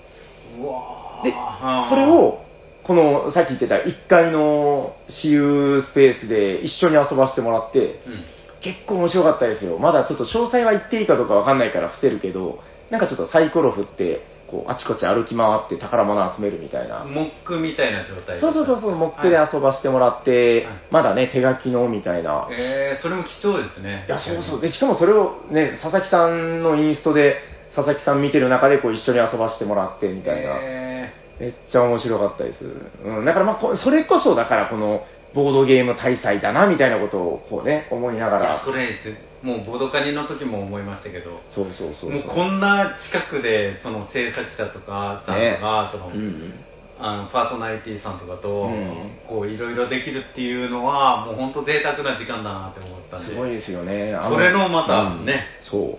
うわー
で
あー
それを、この、さっき言ってた1階の私有スペースで一緒に遊ばせてもらって、
うん
結構面白かったですよ。まだちょっと詳細は言っていいかどうかわかんないから伏せるけど、なんかちょっとサイコロ振って、こう、あちこち歩き回って宝物集めるみたいな。
モックみたいな状態
そうそうそうそう、モックで遊ばせてもらって、
はい
まだね、手書きのみたいな。
えー、それも貴重ですね
いや、そうそう。で、しかもそれをね、佐々木さんのインストで、佐々木さん見てる中でこう一緒に遊ばせてもらってみたいな。
え
めっちゃ面白かったです。うん、だからまあこ、それこそだからこのボードゲーム大祭だなみたいなことをこうね、思いなが
ー、いや
ら。
それってもうボドカニの時も思いましたけど
そうそうそうそう。
もうこんな近くでその制作者とかさんとか、その
うん
あのパーソナリティさんとかと、
うん
こういろいろできるっていうのはもう本当贅沢な時間だなって思ったんです
ごいですよね。あ
それのまたね
うんそう。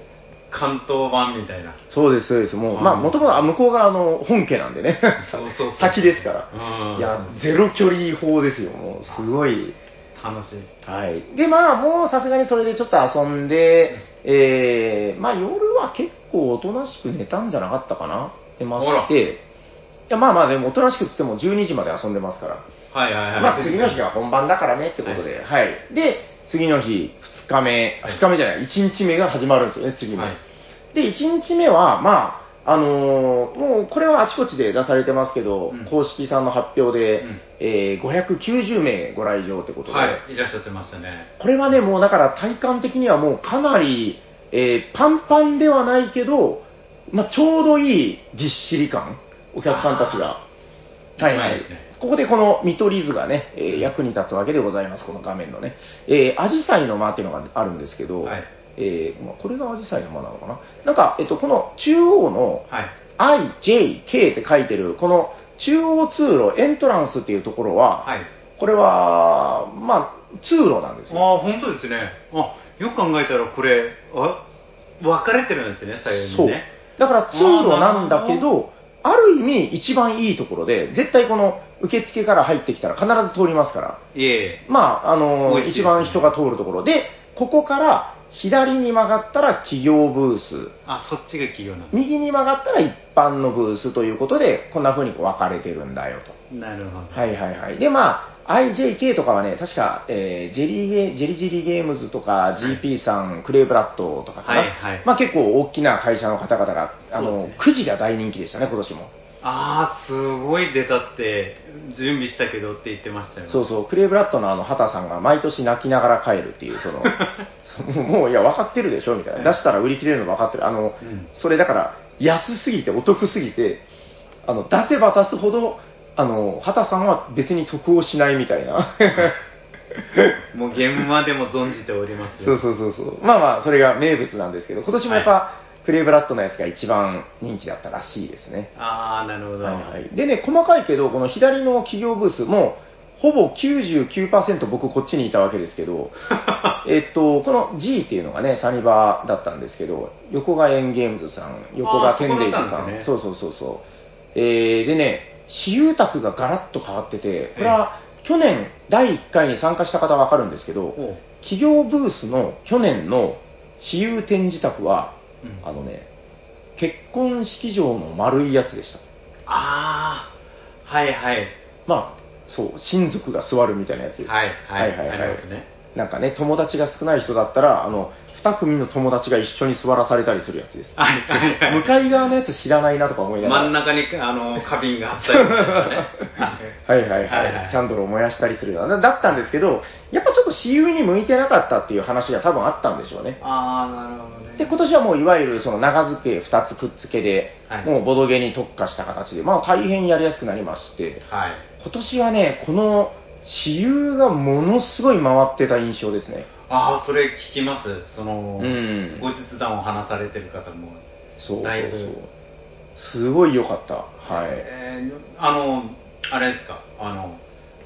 関東版みたいな
そうです、そうです。もう、まあ、
うん
もともとあ向こう側の本家なんで ね。
そうそうそう
先ですから。
うん
いや、ゼロ距離法ですよ。もう、すごい。
楽しい
はい、で、まあ、もうさすがにそれでちょっと遊んで、えーまあ、夜は結構おとなしく寝たんじゃなかったかな、寝まして、いやまあまあ、でもおとなしくっつっても12時まで遊んでますから、
はいはいはい、
まあ、次の日が本番だからねってことで、はい、で、次の日、2日目、2日目じゃない、1日目が始まるんですよね、次も。
はい
で、1日目は、まあ、あのーもうこれはあちこちで出されてますけど、
うん
公式さんの発表で、
うん
えー590名ご来場ってことで、
はいいらっしゃってましたね
これはね、もうだから体感的にはもうかなり、えーパンパンではないけど、まあ、ちょうどいいぎっしり感、お客さんたちが。
ー
はいは
うまい
い
ですね。
ここでこの見取り図がね、えー役に立つわけでございます、この画面のね。えー、アジサイの間っていうのがあるんですけど、
はい
えーまあ、これがアジサイの間なのかな、なんか、えっと、この中央の
はい
IJK って書いてる、この中央通路、エントランスっていうところは、
はい
これは、まあ、通路なんですよ。
ああ本当ですねあよく考えたらこれあ分かれてるんですね左右
そう
にね
だから通路なんだけど、ある意味、一番いいところで、絶対この受付から入ってきたら必ず通りますから、
いえいえ
まあ、あの
美味しい
一番人が通るところで、ここから左に曲がったら企業ブース、
あそっちが企業なんだ
右に曲がったら一般のブースということで、こんな風にこう分かれてるんだよと。
なるほど
はいはいはい。で、まあ、IJK とかはね、確か、えージェリーゲージェリジェリゲームズとか、GP さん、クレイブラッドとかかな、
はいはい
まあ、結構大きな会社の方々が、あ
そう
の、
ですね
くじが大人気でしたね、今年も。
ああすごい出たって準備したけどって言ってましたよね
そうそう、クレイブラッドのあの、畑さんが毎年泣きながら帰るっていう、その、 そのもう、いや、分かってるでしょ、みたいな。出したら売り切れるの分かってる。あの、
うん
それだから、安すぎて、お得すぎて、あの、出せば出すほど、あの、畑さんは別に得をしないみたい な。
もう現場でも存じております
そう
よ
そうそうそう。まあまあ、それが名物なんですけど、今年もやっぱ、クレイブラッドのやつが一番人気だったらしいですね。
ああなるほど、
はいはい。でね、細かいけど、この左の企業ブースも、ほぼ99%僕こっちにいたわけですけ ど、えっと、この G っていうのがね、サニバーだったんですけど、横がエンゲームズさん、横がテンデイズさ
あーそこだったん
ん、
ですね
そうそうそうそう。えー、でね、私有宅がガラッと変わってて、これは去年第1回に参加した方わかるんですけど、
おう
企業ブースの去年の私有展示宅は、
うん
あのね、結婚式場の丸いやつでした。
ああはいはい
まあ、そう、親族が座るみたいなやつです。
はいはい
はいはい
ありますね
なんかね、友達が少ない人だったら、あの、二組の友達が一緒に座らされたりするやつです。
はいはいはい
向かい側のやつ知らないなとか思いながら。
真ん中にあの花瓶があったりとかね
はいはいは
はいはい
い。キャンドルを燃やしたりするような。だったんですけど、やっぱちょっと私有に向いてなかったっていう話が多分あったんでしょうね。
ああなるほどね
で今年はもういわゆるその長机2つくっつけで、
はい
もうボドゲに特化した形で、まあ、大変やりやすくなりまして
はい
今年はねこの私有がものすごい回ってた印象ですね
ああそれ聞きますその、
うん
後日談を話されてる方も
そうそう
だい
そ
ぶ
うすごい良かったはい
えーあのあれですかあの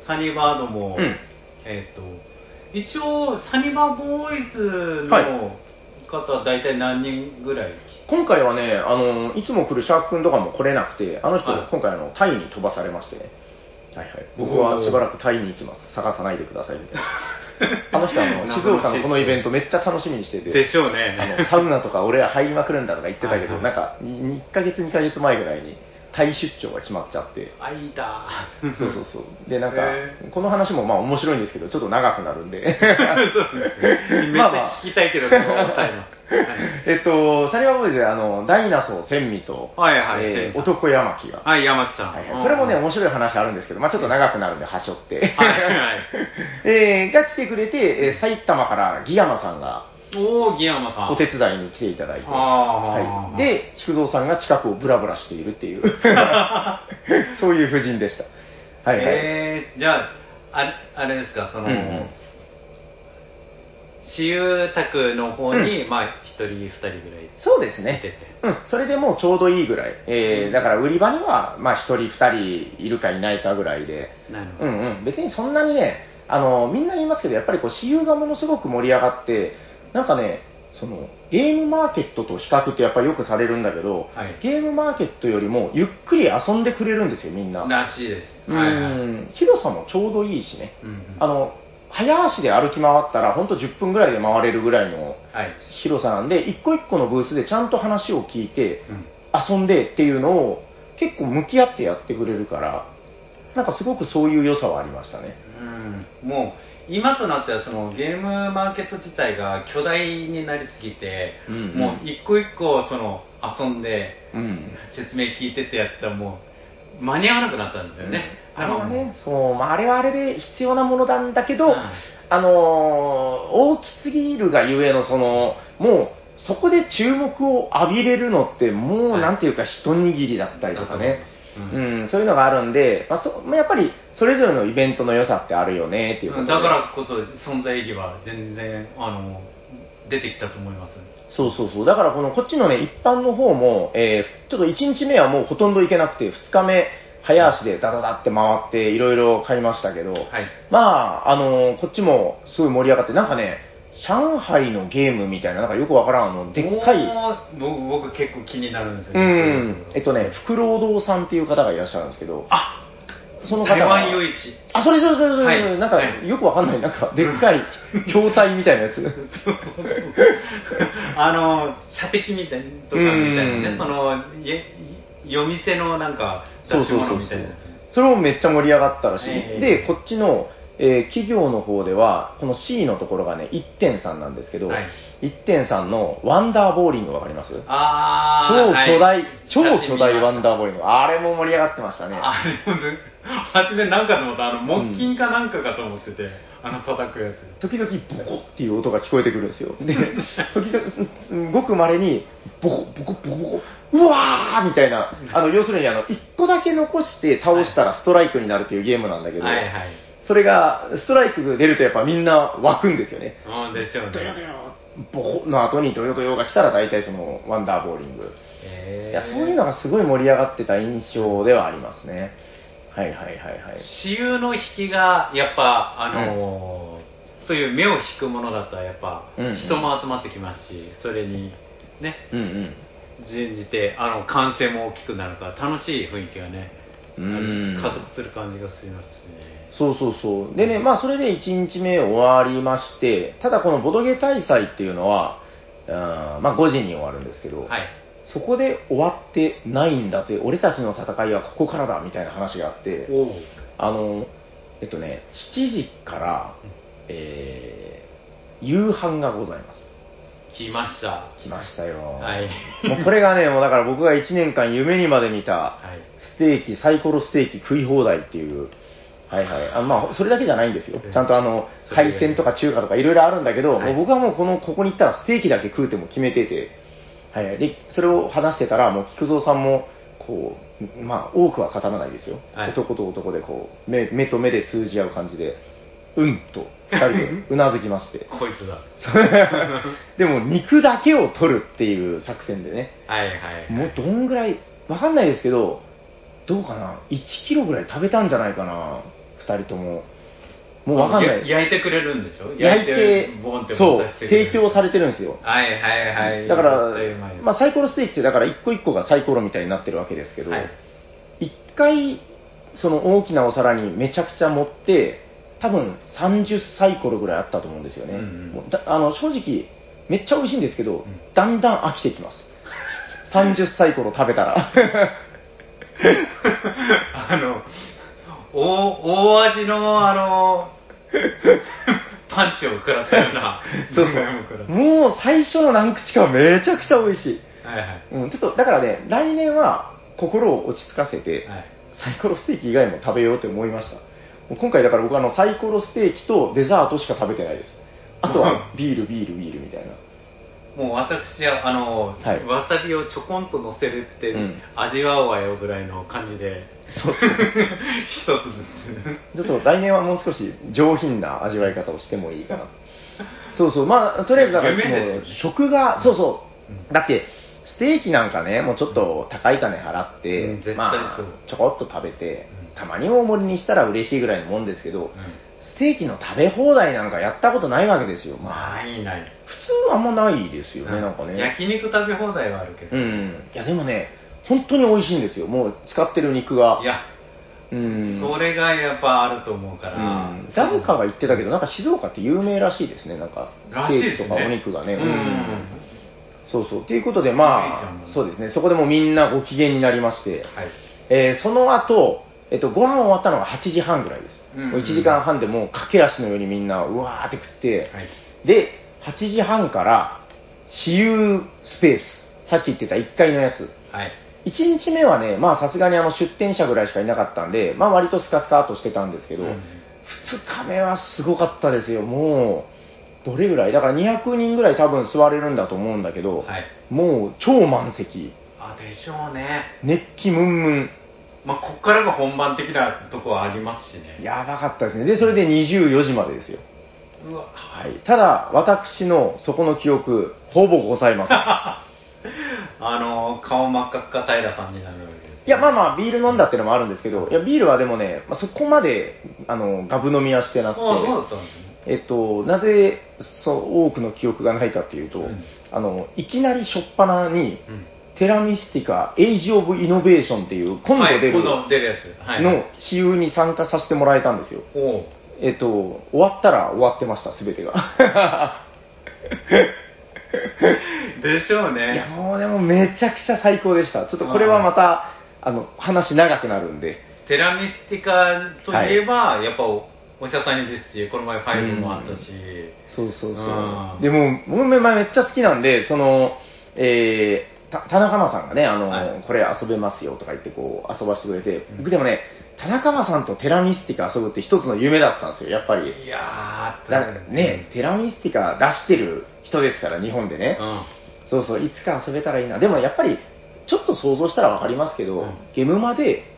サニーバードも、
うん
えっ、と一応サニバボーイズ
はい
の方は大体何人ぐらい、
今回はねあのいつも来るシャーク君とかも来れなくてあの人、
はい
今回あのタイに飛ばされましてねはいはい、僕はしばらくタイに行きます探さないでくださいみたい なあの人はあの静岡のこのイベントめっちゃ楽しみにしてて
でしょう
あ
ね
のサウナとか俺ら入りまくるんだとか言ってたけど、
はい
な
は
いんかに1ヶ月、2ヶ月前ぐらいにタイ出張が決まっちゃって、
あいだ
そうそうそう、で、なんか
へ、
この話もまあ面白いんですけど、ちょっと長くなるんで、
そうですねめっち
まあま
ゃ
あ
聞きたいけど、もう抑え
えっと、サリバボーイズであのダイナソー千美と、
はいは
え
い
ー
千美さん
男山木が、
ますはい、はい、山木さん、
はいはいこれもね、
うん
面白い話あるんですけど、まあ、ちょっと長くなるんで、端折って、
はいはい
えーが来てくれて、えー埼玉からギヤマさんが
おおギヤマさん
お手伝いに来ていただいて。
あ
は
あ、
い、で、筑蔵さんが近くをブラブラしている っていう、そういう夫人でした。はいはい。
えーじゃああれあれですかその、
うんうん
私有宅の方に、まあ一人二人ぐらい
そうです
見て
ね
て。
うん、それでもうちょうどいいぐらい。えーだから売り場には、まあ、1人、2人いるかいないかぐらいで、
なるほ
う
ど、
んうん、別にそんなにね、あのみんな言いますけど、やっぱりこう、私有がものすごく盛り上がって、なんかね、そのゲームマーケットと比較ってやっぱりよくされるんだけど、
はい
ゲームマーケットよりもゆっくり遊んでくれるんですよ、みんな。
らしいです、
うん、
はいはいうん
広さもちょうどいいしね、
うん
あの早足で歩き回ったら、本当10分ぐらいで回れるぐらいの
はい
広さなんで、一個一個のブースでちゃんと話を聞いて、
うん
遊んでっていうのを結構向き合ってやってくれるから、なんかすごくそういう良さはありましたね。
うんもう今となってはそのゲームマーケット自体が巨大になりすぎて、
うんうん
もう一個一個その遊んで
うん
説明聞いてってやってたらもう間に合わなくなったんですよね、
あれはね、そう、まあ、あれはあれで必要なものなんだけど、
うん
あのー大きすぎるがゆえの、その、もう、そこで注目を浴びれるのって、もう、
はい
なんていうか、一握りだったりとかね。
だと思います
う、
うん
そういうのがあるんで、まあ、そまあやっぱりそれぞれのイベントの良さってあるよねっていうこ
う
と
ん
で
だからこそ存在意義は全然あの出てきたと思います。
そうそうそう。だからこのこっちのね、一般の方も、えーちょっと1日目はもうほとんど行けなくて、2日目、早足でダダダって回って、いろいろ買いましたけど、
はい。
まあ、あのーこっちもすごい盛り上がって、なんかね、上海のゲームみたいな、なんかよくわからん、あの、でっかい、
おー僕、僕結構気になるんですよ
う
ね。
ん、えっとね、福労堂さんっていう方がいらっしゃるんですけど、
あ
その方
台
が
湾夜市。
あ、それそれそれそれ、
はい
なんかよくわかんない、なんかでっかい筐体みたいなやつ。
そうそうそう あの、射的みたいなとかみたい
う
なね、
ん
その、夜夜店のなんか、
そう
出し
そうそ
物
う
み
そ
たいな
う
やつ。
それもめっちゃ盛り上がったらしい。
ええ
で、こっちの、えー企業の方では、この C のところがね、1.3なんですけど、
はい
1.3のワンダーボーリングわかります超
あー
巨
は
大、
い
超巨大ワンダー
ー
ボーリング。あれも盛り上がってましたね。
あれもず、初めなんかと思った、あの、木琴かなんかかと思ってて、あの叩くやつ。
時々ボコっていう音が聞こえてくるんですよ。で、時々、すすごく稀に、ボコ、ボコ、ボコ、ボコ、うわーみたいな、あの、要するに、あの、一個だけ残して倒したらストライクになるというゲームなんだけど、
はいはい。
それが、ストライクが出るとやっぱみんな湧くんですよね。
うんでしょう
ドヨド
ね。
ヨ、ボコの後にドヨドヨが来たら大体その、ワンダーボーリング。い
え
や、そういうのがすごい盛り上がってた印象ではありますね。はいはいはいはい。
私有の引きがやっぱあのーそういう目を引くものだったらやっぱ、
うんうん
人も集まってきますしそれにね
うんうん。
準じてあの歓声も大きくなるから楽しい雰囲気がねあ
う
の
ん
加速する感じがします
そうそうそう。でね、まあそれで1日目終わりまして、ただこのボドゲ大祭っていうのは、あーまあ5時に終わるんですけど、
ねはい
そこで終わってないんだぜ、俺たちの戦いはここからだみたいな話があって、
おお
あの、えっとね、7時から、えー夕飯がございます。
来ました
来ましたよ。
はい
もうこれがね、もうだから僕が1年間夢にまで見た、
はい
ステーキ、サイコロステーキ食い放題っていう、はいはい、あまあ、それだけじゃないんですよ
え、え
ちゃんとあの
それ
海鮮とか中華とかいろいろあるんだけど、
はい
もう僕はもうこのここに行ったらステーキだけ食うってもう決めてて、はいはい、でそれを話してたら、もう菊蔵さんもこう、まあ、多くは語らないですよ、
はい
男と男でこう目目と目で通じ合う感じで、うんと2人 でうなずきまして。
こいつだ
でも肉だけを取るっていう作戦でね、
はいはい
もうどんぐらい、わかんないですけど、どうかな、1キロぐらい食べたんじゃないかな、2人とも。もうわかんな
や
い。
焼いてくれるんでしょ
焼いて
ボンって、
そ
持
う
た、せてくれ
提
る
供されてるんですよ。
はいはいはい
だから
絶対うまい、
まあ、サイコロステーキって、だから一個一個がサイコロみたいになってるわけですけど、
はい
一回、その大きなお皿にめちゃくちゃ盛って、多分30サイコロぐらいあったと思うんですよね。
うんうん
もうだあの正直、めっちゃ美味しいんですけど、
ん
だんだん飽きてきます。30サイコロ食べたら。
あの、お大味の、あの、パンチを食らったような、
そう
自分も食らっ
そう。もう最初の何口かはめちゃくちゃ美味しい。
たはいはい。
うん、ちょっと、だからね、来年は心を落ち着かせて、
はい、
サイコロステーキ以外も食べようって思いました。もう今回だから僕あのサイコロステーキとデザートしか食べてないです。あと はビール、ビール、ビールみたいな。
もう私は、あの、
はい
わさびをちょこんと乗せるって、
うん
味わおうわよぐらいの感じで、
そう そう。
一つずつ。
ちょっと来年はもう少し上品な味わい方をしてもいい かな。そうそう、まあ、とりあえずだから、
夢ですよ
もう食が、そうそう、だって、ステーキなんかね、もうちょっと高い金払っ
うん
て
絶、対
ま
そう
あ、ちょこっと食べて
うん、
たまに大盛りにしたら嬉しいぐらいのもんですけど、ステーキの食べ放題なんかやったことないわけですよ。まあ、
ないない。
普通はあんまないですよね、なんかね。
焼肉食べ放題はあるけど。
うん。いや、でもね、本当に美味しいんですよ。もう使ってる肉が。
いや、
うん。
それがやっぱあると思うから。
うん誰かが言ってたけど、なんか静岡って有名らしいですね、なんか、ス
ら
テ
しい
ー
で
キ
す
と
ね
かお肉がね。
うん
そうそう。ということで、
いい
ま
で
あ、
すよ
そうですね、そこでもうみんなご機嫌になりまして、
はい。
えーその後、えっと、ご飯終わったのが8時半ぐらいです。
うん
もう1時間半でもう駆け足のようにみんな、うわーって食って、
はい。
で、8時半から、私有スペース、さっき言ってた1階のやつ。
はい。
1日目はね、まあさすがにあの出店者ぐらいしかいなかったんで、まあ割とスカスカっとしてたんですけど、
う
2
ん
日目はすごかったですよ、もう、どれぐらいだから200人ぐらい多分座れるんだと思うんだけど、
はい
もう超満席、
あ、でしょうね。
熱気ムンムン、
まあ、こっからが本番的なとこはありますしね。
やばかったですね。で、それで24時までですよ。はい、ただ、私のそこの記憶、ほぼございます。
あの顔真っ赤っか平さんになるわけです、
いや、まあまあ、ビール飲んだっていうのもあるんですけど、いや、ビールはでもね、まあ、そこまで、あの、ガブ飲みはしてなくて、
ああそうだったんですね
えっと、なぜそう多くの記憶がないかっていうと、
うん
あのいきなり初っ端に、テラミスティカ・エイジ・オブ・イノベーションっていう今度
はい
出る
今度出るやつはい
の私有に参加させてもらえたんですよ、
おう
えっと終わったら終わってました全てが
でしょ
い
う
や
ね
もうでもめちゃくちゃ最高でしたちょっとこれはまたあの話長くなるんで
テラミスティカといえば、やっぱおお医者さんにですしこの前ファイブもあったし、
そうそう
あ
そう
ー。
でも、僕めめっちゃ好きなんで、その、えーた田中間さんがね、あの、
はい
これ遊べますよとか言ってこう遊ばしてくれて、僕でもね、田中間さんとテラミスティカ遊ぶって一つの夢だったんですよ、やっぱり。
いやー
だね、テラミスティカ出してる人ですから、日本でね。
うん
そうそう、いつか遊べたらいいな。でもやっぱり、ちょっと想像したらわかりますけど、
うん
ゲームまで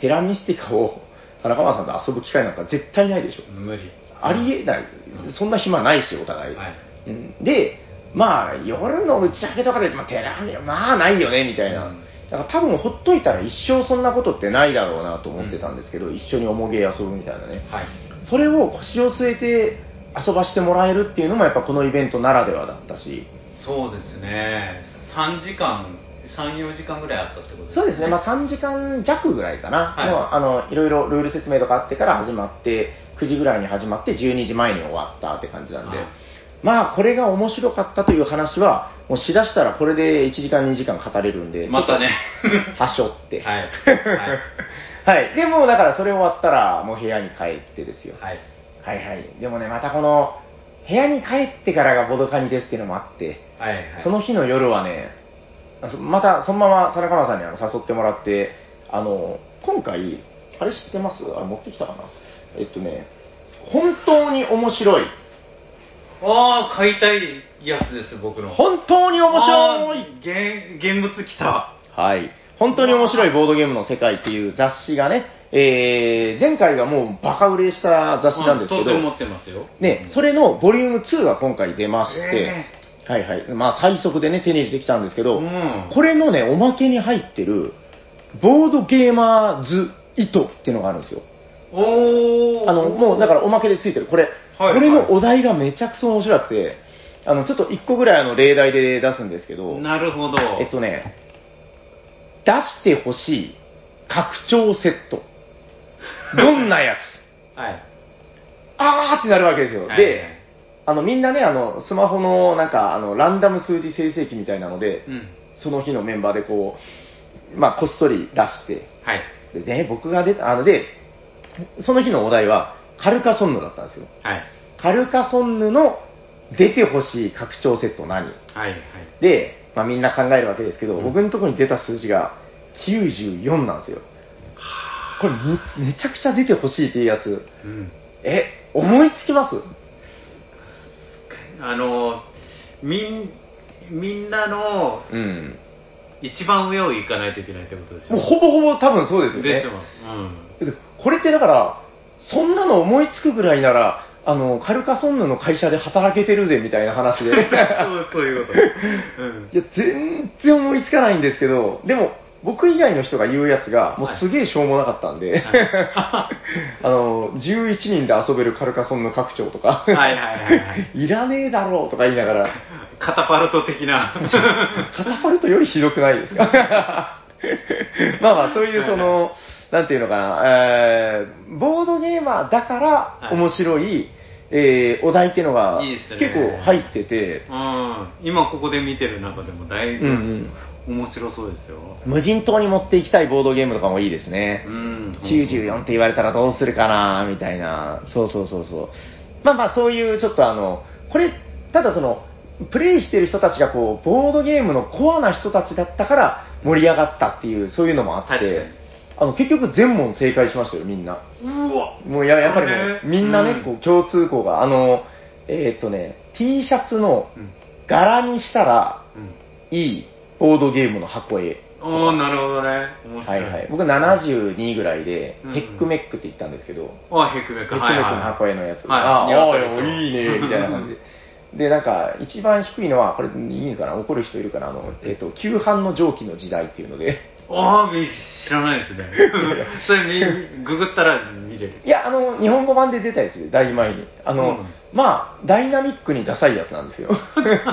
テラミスティカを田中間さんと遊ぶ機会なんか絶対ないでしょ。
無理
ありえない、
うん
そんな暇ないし、お互い。
はい
うんで、まあ、夜の打ち上げとかで、まあ、テラミまあ、ないよね、みたいな。
うん
だから多分ほっといたら一生そんなことってないだろうなと思ってたんですけど、一緒におもげ遊ぶみたいなね、
はい
それを腰を据えて遊ばしてもらえるっていうのもやっぱこのイベントならではだったし、
そうですね3時間34時間ぐらいあったってこと
そうですね、まあ、3時間弱ぐらいかな、
はい
まああのいろいろルール説明とかあってから始まって、9時ぐらいに始まって、12時前に終わったって感じなんで、
はい
まあ、これが面白かったという話は、もうしだしたらこれで1時間、2時間語れるんで、
またね
ちょっと はしょって、
はいはい
はい、でもうだからそれ終わったら、もう部屋に帰ってですよ、
はい
はい、はいでもね、またこの、部屋に帰ってからがボドカニですっていうのもあって。
はいはい
その日の夜はね、あそまたそのまま田中間さんにあの誘ってもらって、あの今回、あれ知ってますあれ持ってきたかなえっとね、本当に面白い、
ああ買いたいやつです僕の
本当に面白い、
い現現物来た
はい、本当に面白いボードゲームの世界っていう雑誌がね、えー前回がもうバカ売れした雑誌なんですけ
う
ど、
当然持ってますよ
ね、それのボリューム2が今回出まして、
え
はいはい、まあ最速でね、手に入れてきたんですけど、
うん
これのね、おまけに入ってる、ボードゲーマーズ糸っていうのがあるんですよ。
おお
あの、もうだからおまけでついてる。これ、
はいはい
これのお題がめちゃくそ面白くて、あの、ちょっと1個ぐらいあの例題で出すんですけど、
なるほど
えっとね、出してほしい拡張セッ ト。どんなやつ
はい
あーってなるわけですよ。
はい
で、あのみんなね、あのスマホのなんかあのランダム数字生成器みたいなので、
うん
その日のメンバーでこう、まあ、こっそり出して、
はい
でね、僕が出た、あので、その日のお題は、カルカソンヌだったんですよ。
はい
カルカソンヌの出てほしい拡張セット何
はいはい
で、まあ、みんな考えるわけですけど、僕のところに出た数字が94なんですよ。これめめちゃくちゃ出てほしいっていうやつ。
うん
え、思いつきます
あのみんみんなの
うん。
一番上を行かないといけないってことでしょ
もうほぼほぼ多分そうですよね。
でしょうん
でこれってだから、そんなの思いつくぐらいなら、あの、カルカソンヌの会社で働けてるぜみたいな話で。い
そうそういうこと、うん、
や、全然思いつかないんですけど、でも、僕以外の人が言うやつが、もうすげえしょうもなかったんで、 あの、11人で遊べるカルカソンヌ拡張とか、
はいはいはいはい
いらねえだろうとか言いながら、
カタパルト的な
カタパルトよりひどくないですか まあまあ、そういうその、なんていうのかな、えーボードゲーマーだから
はい
面白い、えーお題っていうのが
いいですね
結構入ってて、
うん今ここで見てる中でもだいぶ
うん
面白そうですよ
うん、無人島に持っていきたいボードゲームとかもいいですね。
うん
94って言われたらどうするかなみたいな、そうそうそうそう。まあまあ、そういうちょっとあの、これ、ただその、プレイしてる人たちがこう、ボードゲームのコアな人たちだったから盛り上がったっていう、そういうのもあっ
確
て
かに、
あの、結局全問正解しましたよ、みんな。
うわ
もうややっぱりも
そうれ、
みんなね
う、ん
こう、共通項が、あの、えーっとね、T シャツの
うん
柄にしたら
うん
いいボードゲームの箱絵。
おおなるほどね。面
は
白い。
いはい、僕72ぐらいで、
うん
ヘックメックって言ったんですけど、
あ、ヘクメ
ヘック
ク。
メ
はい
ックの
は
箱絵のやつ、
はい
ああ
はい
おーいいねみたいな感じ ででなんか一番低いのはこれいいのかな怒る人いるかなあの、えっと旧版の蒸気の時代っていうので
い。ああ、み知らないですね。 それみ、ググったら見れる。
いやあの日本語版で出たやつでだいぶ前にあの、
うん
まあダイナミックにダサいやつなん ですよ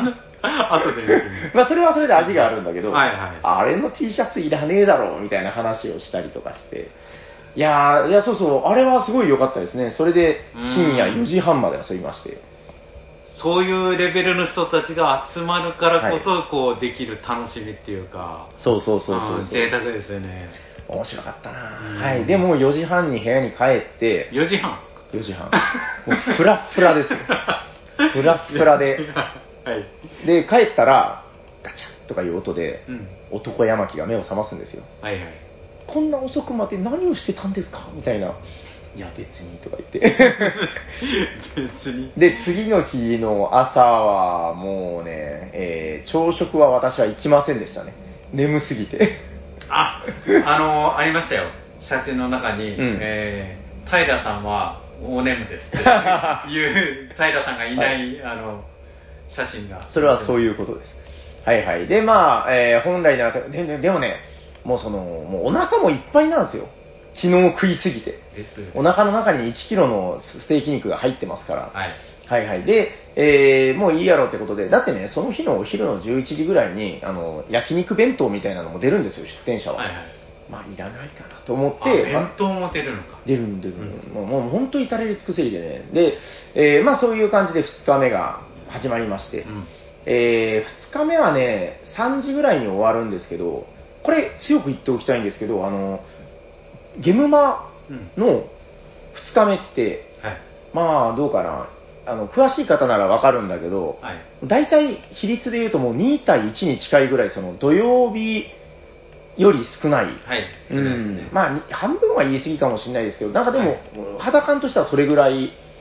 後で見る。
まあそれはそれで味があるんだけど、
はいはい
あれの T シャツいらねえだろうみたいな話をしたりとかして、いやーいやそうそう、あれはすごい良かったですね、それで深夜
うん
4時半まで遊びまして、
そういうレベルの人たちが集まるからこそ、
は
こうできる楽しみっていうか
そうそうそうそう
うん
そ
贅
う、
沢ですよね
面白かったな、
うん
はい、でも4時半に部屋に帰って、
4時半
4時 半、もうフラッフラですよ、フラッフラで、
はい、
で帰ったら、ガチャッとかいう音で、
うん、
男山木が目を覚ますんですよ。
はいはい
こんな遅くまで何をしてたんですかみたいな。いや、別にとか言 って。
別に
で、次の日の朝はもうね、えー朝食は私は行きませんでしたね。眠すぎて。
ああのありましたよ写真の中に、
うん
えー平さんはお眠 ですっていういう平さんがいない、あの写真が
それはそう
う
いうことです。はいはい。で、まあ、えー本来なら、でででもね、もうその、もうお腹もいっぱいなんですよ。昨日食いすぎて。
ですよね
お腹の中に1キロのステーキ肉が入ってますから。
はい
はいはい。で、えーもういいやろってことで、だってね、その日のお昼の11時ぐらいに、あの、焼肉弁当みたいなのも出るんですよ、出店者は。
はいはい
まあ、いらないかなと思っ
あ
て、
弁当も出るのか
出るんで、もうもう本当に至れり尽くせりでね。で、えーまあそういう感じで2日目が始まりまして、
うん
え2日目はね、3時ぐらいに終わるんですけど、これ強く言っておきたいんですけど、あの、ゲムマ
うん
の2日目って、
はい
まあどうかなあの詳しい方ならわかるんだけど、
はい
大体比率で言うともう2対1に近いぐらいその土曜日より少ない、
はい、
う
少ないです
ん
ね
まあに半分は言い過ぎかもしれないですけどなんかでも、
はい
肌感としてはそれぐらい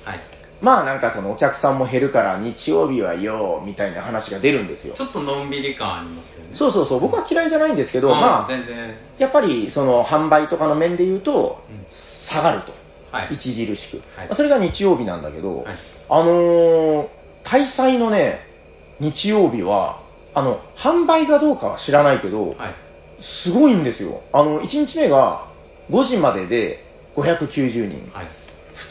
はい、
まあなんかそのお客さんも減るから日曜日はよみたいな話が出るんですよ
ちょっとのんびり感ありますよね
そうそうそう僕は嫌いじゃないんですけど、
うん
まあ
全然
やっぱりその販売とかの面で言うと
うん
下がると、
はい
著しく、
はい
まあそれが日曜日なんだけど、
はい
あのー大祭のね、日曜日は、あの、販売かどうかは知らないけど、
はい
すごいんですよ。あの、1日目が5時までで590人。
はい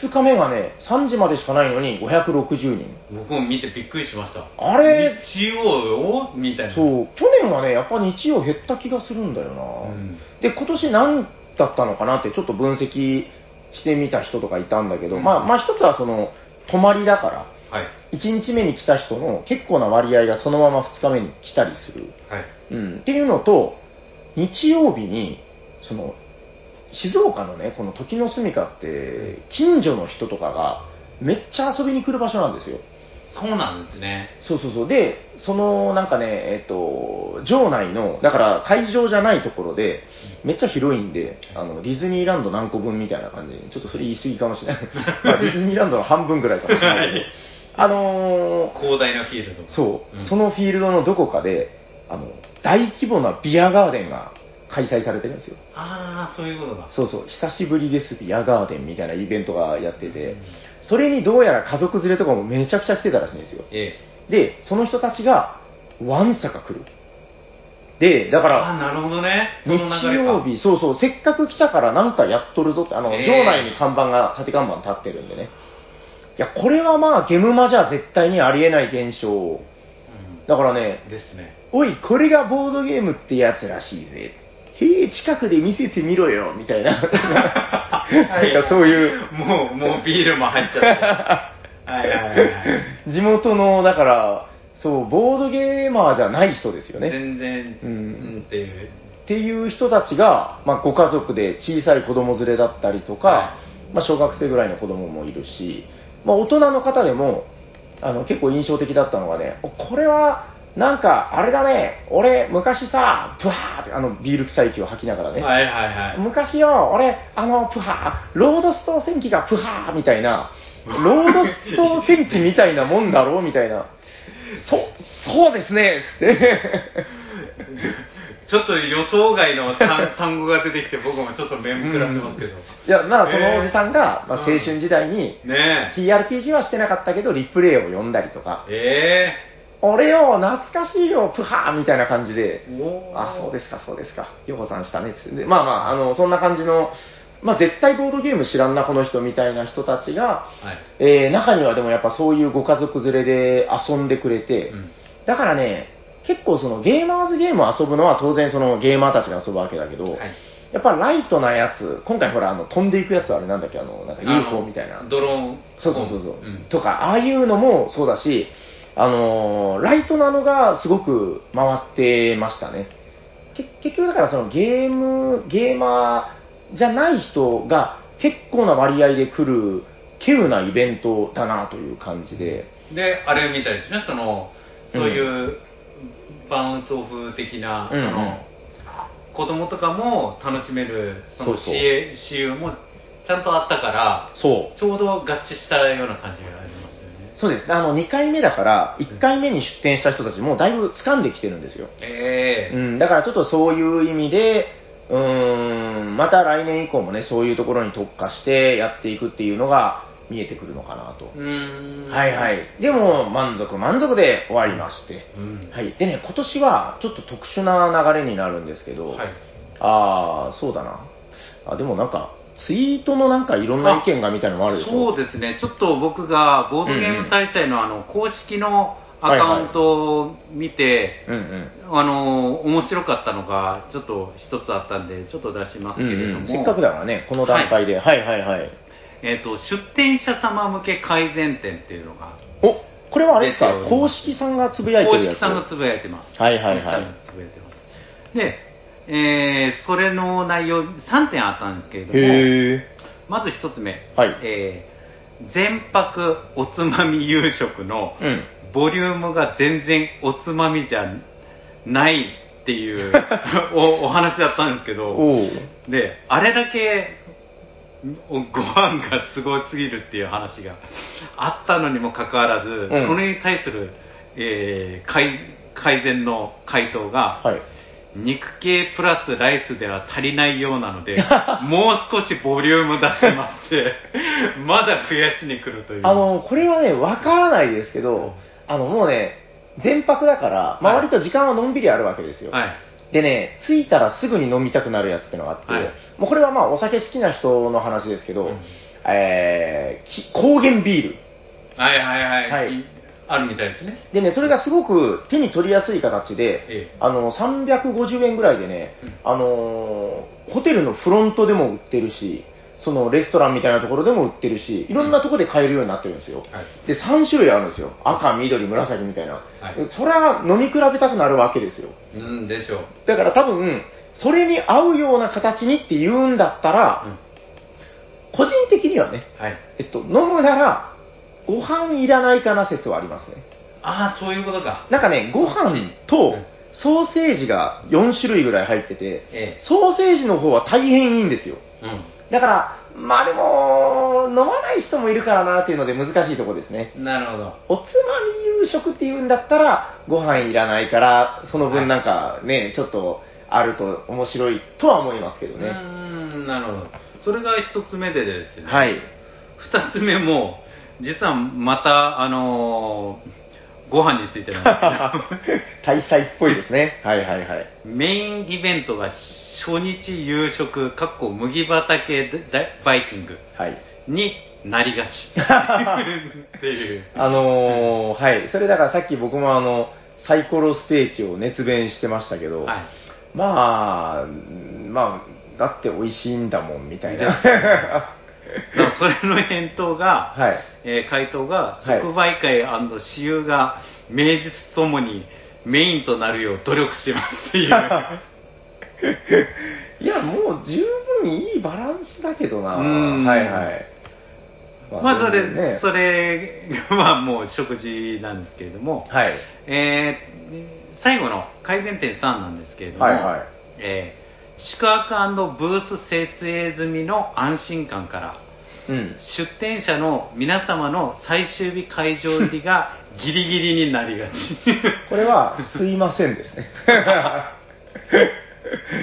2日目がね、3時までしかないのに560人。
僕も見てびっくりしました
あれ
日曜をみたいな、
そうう、去年はね、やっぱ日曜減った気がするんだよな。
ん、
で、今年何だったのかなってちょっと分析してみた人とかいたんだけど、
うん
まあ、まあ一つはその、泊まりだから、
はい
1日目に来た人の結構な割合がそのまま2日目に来たりする、
はい
うん、っていうのと日曜日にその静岡のねこの時の住みかって近所の人とかがめっちゃ遊びに来る場所なんですよ
そうなんですね
そうそうそうでそのなんかねえっと場内のだから会場じゃないところでめっちゃ広いんであのディズニーランド何個分みたいな感じにちょっとそれ言い過ぎかもしれない、 まあ、ディズニーランドの半分ぐらいかもしれないけど、
はい
あのー
広大なフィールド
そう、
うん
そのフィールドのどこかで、あの、大規模なビアガーデンが開催されてるんですよ。
ああそういうことだ
そうそう、久しぶりですビアガーデンみたいなイベントがやってて、それにどうやら家族連れとかもめちゃくちゃ来てたらしいんですよ。
ええ
で、その人たちが、わんさか来る。で、だか
ああ
ら、
なるほどねそ
日
の流れか
曜日、そうそう、せっかく来たからなんかやっとるぞって、あの、
えー
場内に看板が、縦看板立ってるんでね。いや、これはまあ、ゲムマじゃ絶対にありえない現象。だからね
う、ん、ですね
おい、これがボードゲームってやつらしいぜ。へえ、近くで見せてみろよ、みたい な。なんかそういう、
もうもうビールも入っちゃってはいはいはいはい
地元の、だから、そう、ボードゲーマーじゃない人ですよね。
全然
う
うんん、っていう
っていう人たちが、まあ、ご家族で小さい子供連れだったりとか、
は
まあ、小学生ぐらいの子供もいるし、まあ、大人の方でもあの結構印象的だったのがね、おこれはなんかあれだね、俺昔さ、ブワーってあのビール臭い気を吐きながらね、
はいはいはい
昔よ、俺、あの、プハー、ロードストー戦記がプハーみたいな、ロードストー戦記みたいなもんだろうみたいな、そ、そうですねっつって。
ちょっと予想外の単 単語が出てきて僕もちょっと面食らってますけど、
いや、まあ、そのおじさんが、まあ、青春時代に、
ねえ
TRPG はしてなかったけど、リプレイを読んだりとか、
え
俺よ、懐かしいよ、プハーみたいな感じで
え、おー
あ、そうですか、そうですか、ヨコさんしたねつって、でまあまあ、あの、そんな感じの、まあ、絶対ボードゲーム知らんな、この人みたいな人たちが、
はい
えー中にはでもやっぱそういうご家族連れで遊んでくれて、
うん
だからね、結構そのゲーマーズゲームを遊ぶのは当然そのゲーマーたちが遊ぶわけだけど、
はい
やっぱライトなやつ、今回ほらあの飛んでいくやつあれなんだっけ、あのなんか UFO みたい
あ
な
の。ドローン
そうそうそうそう、
ん
とか、ああいうのもそうだし、あのーライトなのがすごく回ってましたね。け結局だからそのゲーム、ゲーマーじゃない人が結構な割合で来る、稀有なイベントだなという感じで。
であれみたいですねそのそういうバウンスオフ的な、
うんうん
その子供とかも楽しめるそ
そ
の
うそう
私営私有もちゃんとあったから
そう。
ちょうど合致したような感じがありますよね
そうですね。あの、2回目だから、1回目に出店した人たちもだいぶ掴んできてるんですよ。
え
う
え
ん、だからちょっとそういう意味で、うーん、また来年以降もね、そういうところに特化してやっていくっていうのが見えてくるのかなと。
うーん
はい
い、
はい。でも、満足満足で終わりまして。
うん
はい。でね、今年はちょっと特殊な流れになるんですけど、
はい
あー、そうだな。あ、でもなんか、ツイートのなんかいろんな意見がみたいのもあるでしょ
そうですね、ちょっと僕がボードゲーム大祭のあの公式のアカウントを見て、
うんうん。
あの面白かったのがちょっと一つあったんで、ちょっと出します
う
け
ん
れど
う
も、
ん、せっかくだからね、この段階で。はい、はい、はい。
えっと出店者様向け改善点っていうのが、
おこれはあれですか
ですよ
公式さんがつぶやいて
公
るやつ
式さんがつぶやいてます。
はいはい
公
はい
式さんがつぶやいてますで、えーそれの内容、3点あったんですけれども、
へえ
まず1つ目、
はい
えー全泊おつまみ夕食の、
うん
ボリュームが全然おつまみじゃないっていう おお話だったんですけど、
おう
で、あれだけおご飯がすごすぎるっていう話があったのにもかかわらず、
ん
それに対する、えー改改善の回答が、
はい
肉系プラスライスでは足りないようなの で、もう少しボリューム出しますって、 まだ増やしに来るという。
あのこれはねわからないですけどあのもうね全泊だから
はい
周りと時間はのんびりあるわけですよ、
はい。
でね着いたらすぐに飲みたくなるやつってのがあって、
はい
もうこれはまあお酒好きな人の話ですけど、えーき高原ビール
はいはいはい、
はい
あるみたいですね
でね、それがすごく手に取りやすい形で、
ええ
あの350円ぐらいでね、
うん
あのーホテルのフロントでも売ってるし、そのレストランみたいなところでも売ってるし、いろんなところで買えるようになってるんですよ、
はい
で3種類あるんですよ、赤、緑、紫みたいな、
はい
それは飲み比べたくなるわけですよ、
うんでしょう
だから多分、それに合うような形にって言うんだったら、
うん
個人的にはね、
はい
えっと、飲むなら、ご飯いらないかな説はありますね。
ああそういうことか
なんかね、ご飯と
うん
ソーセージが4種類ぐらい入ってて、
え
ソーセージの方は大変いいんですよ。
えうん
だから、まあでも、飲まない人もいるからなっていうので難しいとこですね。
なるほど
おつまみ夕食っていうんだったら、ご飯いらないから、その分なんかね、ちょっとあると面白いとは思いますけど
うー
ね。
んなるほどそれが一つ目でですね、
はい。
二つ目も実はまたあのーご飯についてなんですけど
大祭っぽいですね。はいはいはい。
メインイベントが初日夕食かっこ麦畑バイキング
はい。
になりがちっていう
あのーはい、それだからさっき僕もあの、サイコロステーキを熱弁してましたけど、
はい
まあ、うんまあ、だって美味しいんだもんみたいな。
だからそれの返答が、
はい
えー回答が
はい
即売会私有が名実ともにメインとなるよう努力しますっていう
いや、もう十分いいバランスだけどな。
うん
はいはい。
まあそれ、
全然
それはもう食事なんですけれども、
はい。
えー最後の改善点3なんですけれども、
はいはい
えー宿泊ブース設営済みの安心感から
うん。
出店者の皆様の最終日会場入りがギリギリになりがち
これは、すいませんですね。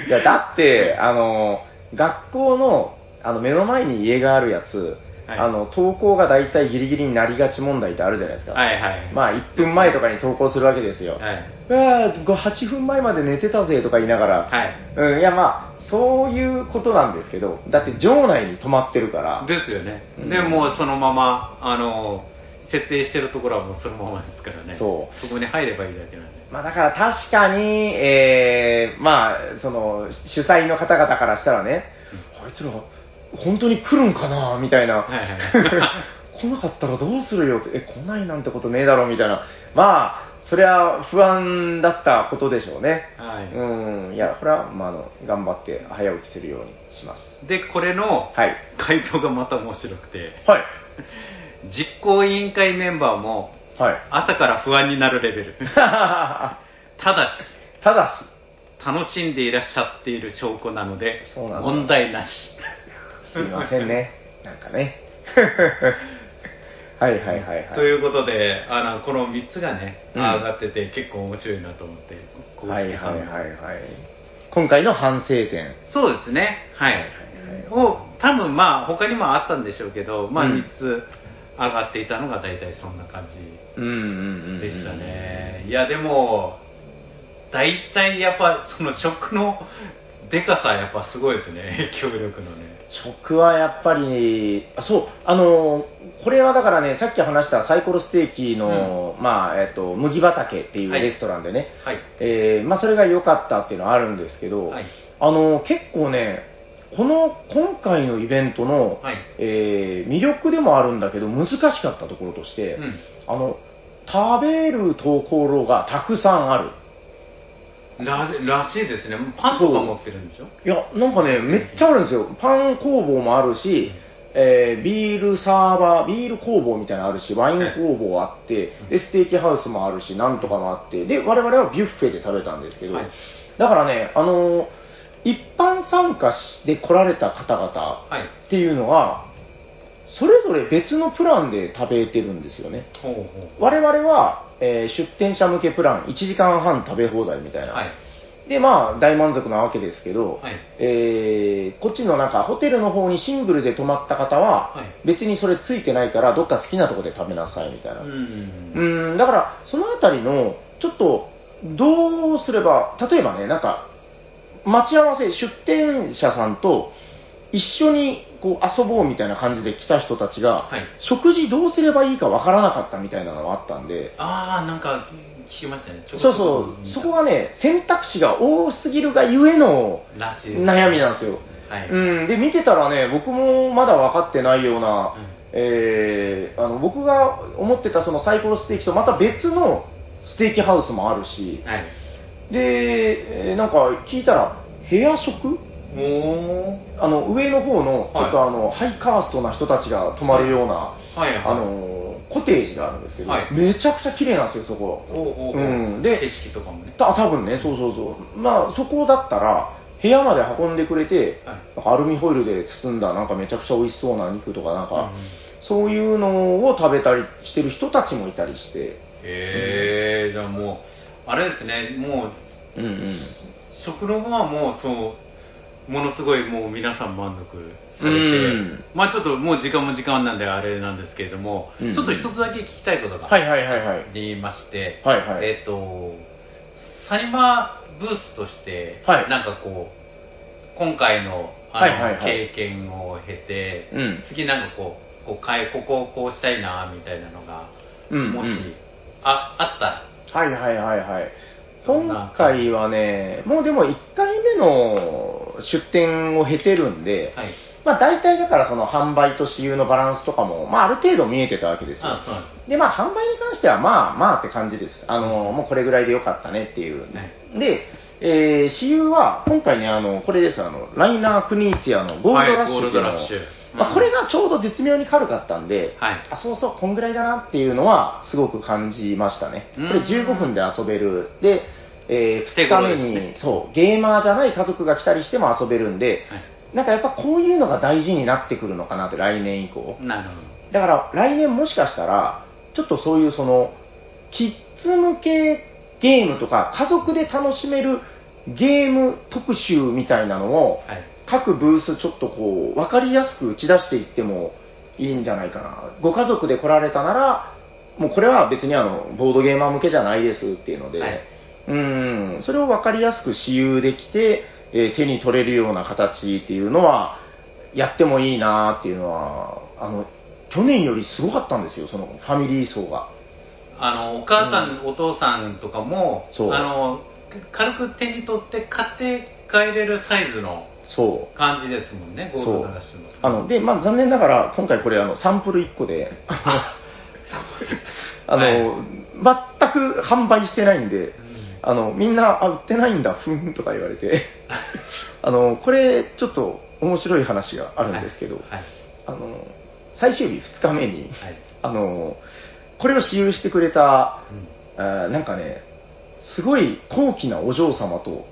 いや、だって、あの、学校の、あの、目の前に家があるやつ、
はい
あの、登校が大体ギリギリになりがち問題ってあるじゃないですか。
はいはい
まあ、1分前とかに登校するわけですよ。
はい。
うわーご8分前まで寝てたぜとか言いながら、
はい
うん、いやまあ、そういうことなんですけど、だって場内に泊まってるから、
ですよね、
うん
でもうそのままあの設営してるところはもうそのままですからね
そう
こに入ればいいだけなんで
まあ、だから確かに、えーまあ、その主催の方々からしたらね、あいつら、本当に来るんかなみたいな、
いはい は
来なかったらどうするよって、え、来ないなんてことねえだろみたいな、まあ、それは不安だったことでしょうね。
はい
うん、いや、これは、まあ、あの頑張って早起きするようにします。
でこれの
はい
回答がまた面白くて
はい。
実行委員会メンバーも
はい。
朝から不安になるレベルただした
だし、
楽しんでいらっしゃっている証拠なので
そうなんだ
問題なし
すいませんね。なんかね。 はいはいはいはい。
ということであのこの3つがね、
うん
上がってて結構面白いなと思って公
はい
式さ
はい
んの
はいはい。今回の反省点。
そうですね、はい。を、多分まあ、他にもあったんでしょうけど、まあ、
うん
3つ上がっていたのが大体そんな感じ
うんうんうん。
でした。ね。いや、でも、大体やっぱ、その食のでかさ、やっぱすごいですね、 影響力のね。
食はやっぱり、あそう、あの、これはだからね、さっき話したサイコロステーキの、まあ、えっと、麦畑っていう
はい
レストランでね、
はい。
えーまあ、それが良かったっていうのはあるんですけど、
はい
あの結構ね、この今回のイベントの、
はい
えー魅力でもあるんだけど、難しかったところとして、
うん
あの食べるところがたくさんある。
ららしいですね。パンとか持ってるんでしょ
いや、なんかね、めっちゃあるんですよ。パン工房もあるし、えービールサーバー、ビール工房みたいなのあるし、ワイン工房あって、で、ステーキハウスもあるし、なんとかもあって、で、我々はビュッフェで食べたんですけど、
はい
だからね、あのー一般参加で来られた方々
はい。
っていうのが、それぞれ別のプランで食べてるんですよね。
ほうほう。
我々は、えー出店者向けプラン1時間半食べ放題みたいな、
はい。
でまあ大満足なわけですけど、
はい
えーこっちのなんかホテルの方にシングルで泊まった方は、
はい
別にそれついてないからどっか好きなとこで食べなさいみたいな、
う。
うんん、だからそのあたりのちょっとどうすれば例えばねなんか待ち合わせ出店者さんと一緒にこう遊ぼうみたいな感じで来た人たちが、
はい
食事どうすればいいかわからなかったみたいなのがあったんで、
ああ、なんか聞きましたね。ち
そう
ょこちょこ
そう、そこ
見
がね、選択肢が多すぎるがゆえの
たらしいですね
悩みなんですよ。
はい。
うん、で、見てたらね、僕もまだ分かってないような、
うん
えーあの僕が思ってたそのサイコロステーキとまた別のステーキハウスもあるし、
はい。
で、えーなんか聞いたら、部屋食
おー。
あの上の方のちょっとあの、ハイカーストな人たちが泊まるような、
はいはい
あのコテージがあるんですけど、
はい
めちゃくちゃ綺麗なんですよそこ
ほうほうほう
うん、で
景色とかもね
た多分ねそうそうそうまあそこだったら部屋まで運んでくれて、
はい
なんかアルミホイルで包んだなんかめちゃくちゃ美味しそうな肉とかなんか、
うん
そういうのを食べたりしてる人たちもいたりして
へえじゃあもうあれですねもう
うんうん
食の方はもうそうものすごいもう皆さん満足され
う
て、
ん
まあちょっともう時間も時間なんであれなんですけれども、
うん
ちょっと一つだけ聞きたいことが
はい
あ
はいはいはい
りまして、
はいはい
えっ、とサイマーブースとして、
はい
なんかこう今回のあの、
はいはいはい
経験を経て、
うん
次なんかこうこう変えここをこうしたいなみたいなのが、
うん
もし、
うん
ああったら
はいはいはいはい。
どんな
今回はね、もうでも1回目の出店を経てるんで、
はい
まあ大体だからその販売と私有のバランスとかも、まあある程度見えてたわけですよ。
あそうなんで
でまあ販売に関してはまあまあって感じです。あの、もうこれぐらいでよかったねっていう。
ね
で、えー、私有は今回ね、あの、これです、あの、ライナー・クニーツィアのゴールドラッシュっていうのを、
はいゴールドラッシュうん
まあこれがちょうど絶妙に軽かったんで、
はい
あそうそう、こんぐらいだなっていうのはすごく感じましたね。こ
うん
れ15分で遊べる。で、えー、
手
2日
頃
目
です
に、
ね
そう、ゲーマーじゃない家族が来たりしても遊べるんで、なんかやっぱこういうのが大事になってくるのかなって、来年以降。
なるほ
だから来年もしかしたら、ちょっとそういうその、キッズ向けゲームとか、家族で楽しめるゲーム特集みたいなのを、
はい
各ブースちょっとこう分かりやすく打ち出していってもいいんじゃないかなご家族で来られたならもうこれは別にあのボードゲーマー向けじゃないですっていうので、
はい
うんそれを分かりやすく私有できて、えー手に取れるような形っていうのはやってもいいなっていうのはあの去年よりすごかったんですよそのファミリー層が
あのお母さん、お父さんとかも
そう
あの軽く手に取って買って帰れるサイズの
そう
感じですもんねゴールドラッシュの
あので、まあ、残念ながら今回これあのサンプル1個であの、全く販売してないんで、あのみんなあ売ってないんだふーんとか言われ てあのこれちょっと面白い話があるんですけど、
はい
あの最終日2日目に、
はい
あのこれを使用してくれた
うん
あーなんかね、すごい高貴なお嬢様と、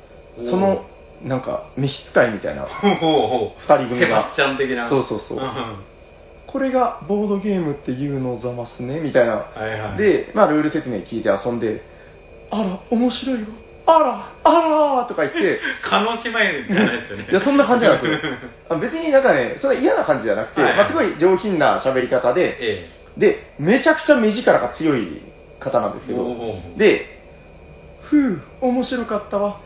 その、なんか、召使いみ たいな、
ほうほうほう
二人組が
セバスチャン的な
そうそうそうん
は
これがボードゲームっていうのざますね、みたいな。
いはい
で、まあ、ルール説明聞いて遊んで、あら、面白いよ、あら、あらーとか言 って、
叶姉妹じゃないですよね
いや、そんな感じなん ですよ。あ別になんかね、そんな嫌な感じじゃなくて、
はいはい
まあ、すごい上品な喋り方で、
え
で、めちゃくちゃ目力が強い方なんです
え
けど、
おうおうおう
で、ふう、面白かったわ、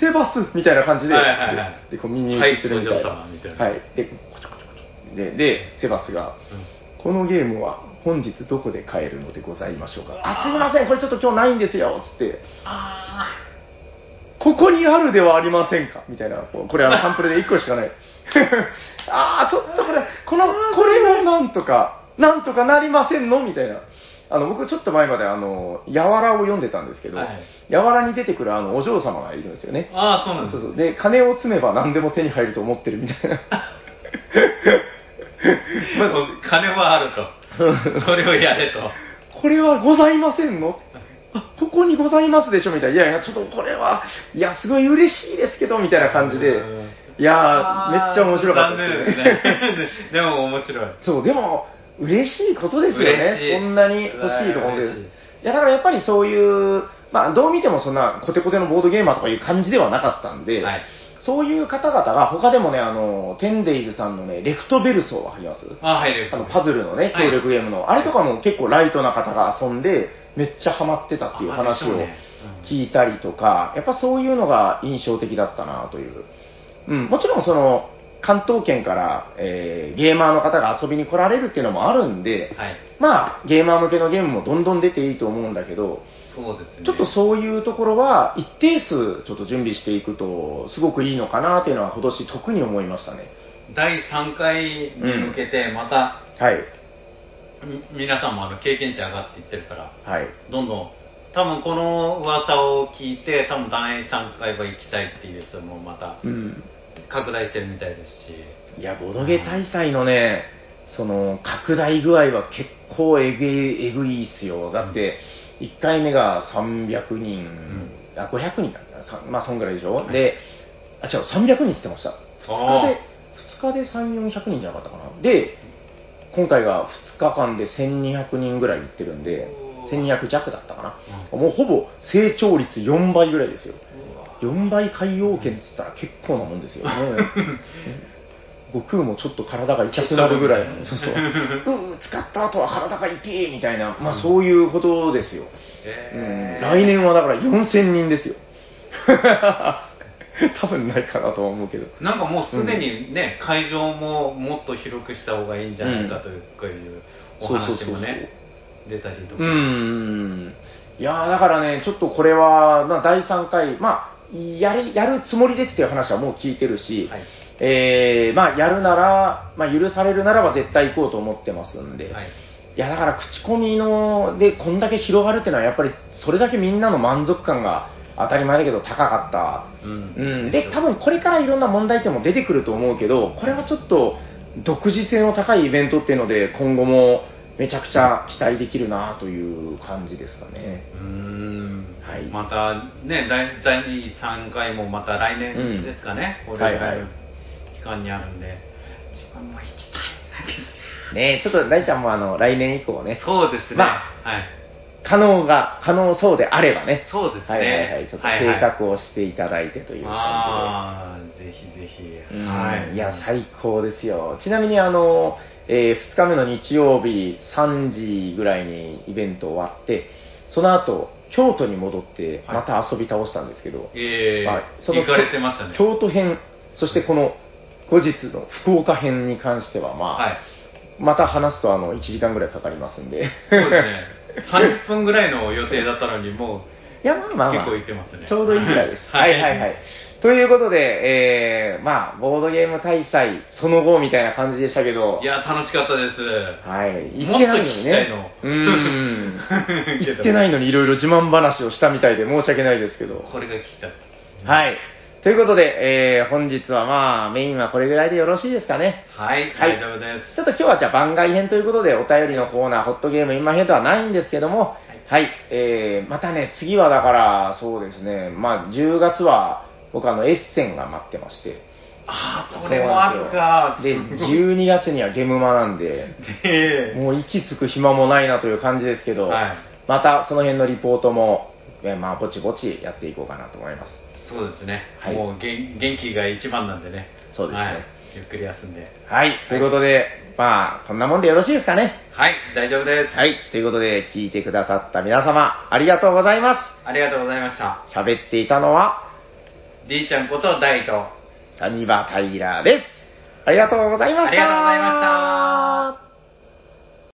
セバスみたいな感じで、
はいはいはい
ででこう耳打ちするみたいな。
はいお嬢様みたいな
はい、で、こちょこちょこちょで、で、セバスが、このゲームは本日どこで買えるのでございましょうか。あ、すみません、これちょっと今日ないんですよ、つって。ここにあるではありませんかみたいな、こうこれあのサンプルで1個しかない。 ああ、ちょっとこれ、この、これをなんとか、なんとかなりませんのみたいな。あの、僕ちょっと前まであの、やわらを読んでたんですけど、
はい
やわらに出てくるあの、お嬢様がいるんですよね。
ああそうなんです
そうそう。で、金を詰めば何でも手に入ると思ってるみたい な。まあ
金はあるとそれをやれと
これはございませんのあここにございますでしょみたいな、いやいや、ちょっとこれは、いや、すごい嬉しいですけど、みたいな感じで
うん、
いやー、めっちゃ面白かった
で
ですす
ね
ね。
でも面白い
そう、でも、嬉しいことですよね
嬉しい、
そんなに欲しいと思うんで
うわー
す
嬉しい。
いや、だからやっぱりそういう、まあ、どう見てもそんなコテコテのボードゲーマーとかいう感じではなかったんで、
はい
そういう方々が、他でもね、あの、テンデイズさんのね、レクトベルソーはあります
あはいレ
あのパズルのね、協力ゲームの、あれとかも結構ライトな方が遊んで、めっちゃハマってたっていう話
あでしょう
を
ねうん
聞いたりとか、やっぱそういうのが印象的だったなという。うん、もちろんその、関東圏から、えーゲーマーの方が遊びに来られるっていうのもあるんで、
はい
まあ、ゲーマー向けのゲームもどんどん出ていいと思うんだけど、
そうですね
ちょっとそういうところは一定数ちょっと準備していくとすごくいいのかなっていうのは今年特に思いましたね。
第3回に向けてまた、
はい。
み皆さんもあの経験値上がっていってるから
はい。
どんどん多分この噂を聞いて多分第3回は行きたいっていう人もまた
うん。
拡大してるみたいですし、
いや、ボドゲ大祭のね、その拡大具合は結構えぐいえぐいっすよ、だって1回目が300人、あ500人かな、さまあ、そんぐらいでしょ、で、あ違う、300人って言ってました、
あー
2日で、2日で3、400人じゃなかったかな、で、今回が2日間で1200人ぐらい行ってるんで、1200弱だったかな、もうほぼ成長率4倍ぐらいですよ。4倍海洋圏って言ったら結構なもんです よね。悟空もちょっと体が痛くなるぐら い、そうそう、うん、使った後は体が痛いみたいな、まあそういうことですよ。うん来年はだから4000人 ですよ。多分ないかなとは思うけど。
なんかもうすでにね、会場ももっと広くした方がいいんじゃないかという,、こういうお話もね出たりとか、
うーん。いやーだからね、ちょっとこれは、な第3回、まあ、やりやるつもりですっていう話はもう聞いてるし、
はい
えーまあ、やるなら、まあ、許されるならば絶対行こうと思ってますんで、
はい
い、や、だから口コミので、こんだけ広がるっていうのは、やっぱりそれだけみんなの満足感が当たり前だけど高かった。
うん
うん、で多分これからいろんな問題点も出てくると思うけどこれはちょっと独自性の高いイベントっていうので今後もめちゃくちゃ期待できるなという感じですかね
うーん
はい
またね第第3回もまた来年ですかね、
うん
これぐ
は
ら
い
い
は
の
い
期間にあるんで、自分も行きたいんだけど
ねえちょっと大ちゃんもあの来年以降ね
そうですね、
まあ
はい
可能が、可能そうであればね。
そうです
は
ね
いはいはい。ちょっと
はいはい
計画をしていただいてという感
ああ、ぜひぜひ。
じで。
は
うん
い。
いや、最高ですよ。ちなみに、あの、え2日目の日曜日3時ぐらいにイベント終わって、その後、京都に戻って、
はい
また遊び倒したんですけど、
え
はい
ー、
その
行かれてましたね。
京都編、そしてこの後日の福岡編に関しては、まあ、
はい。
また話すとあの1時間ぐらいかかりますんで。
そうですね。30分ぐらいの予定だったのに、も
いや、まあまあまあ、
結構いけますね
ちょうどいいぐらい です。は
はい
いはいはい。ということで、えー、まあ、ボードゲーム大祭、その後みたいな感じでしたけど、
う、いや、楽しかったです。
はい、行
も
っ
ってと
ないの
聞
に
きた
ね
いの。
うーん
けど
行ってないのにいろいろ自慢話をしたみたいで申し訳ないですけど。
これが聞きたい。
はい。ということで、えー、本日はまあ、メインはこれぐらいでよろしいですかね。
はい、
はい
大丈夫です。
ちょっと今日はじゃあ番外編ということで、お便りのコーナー、ホットゲーム今編とはないんですけども、はい、えー、またね、次はだから、そうですね、まあ、10月は、僕あの、エッセンが待ってまして、
ああ、それもあるか。
そうなんですよで、12月にはゲムマなんで、
で
もう息つく暇もないなという感じですけど、
はい
またその辺のリポートも、えーまあ、ぼちぼちやっていこうかなと思います。
そうですね。
はい
もう元元気が一番なんでね。
そうですね
はいゆっくり休んで。
はい、ということで、まあ、こんなもんでよろしいですかね。
はい、大丈夫です。
はい、ということで、聞いてくださった皆様、ありがとうございます。
ありがとうございました。
喋っていたのは、
D ちゃんこと大と。
サニバタイラーです。ありがとうございました。
ありがとうございました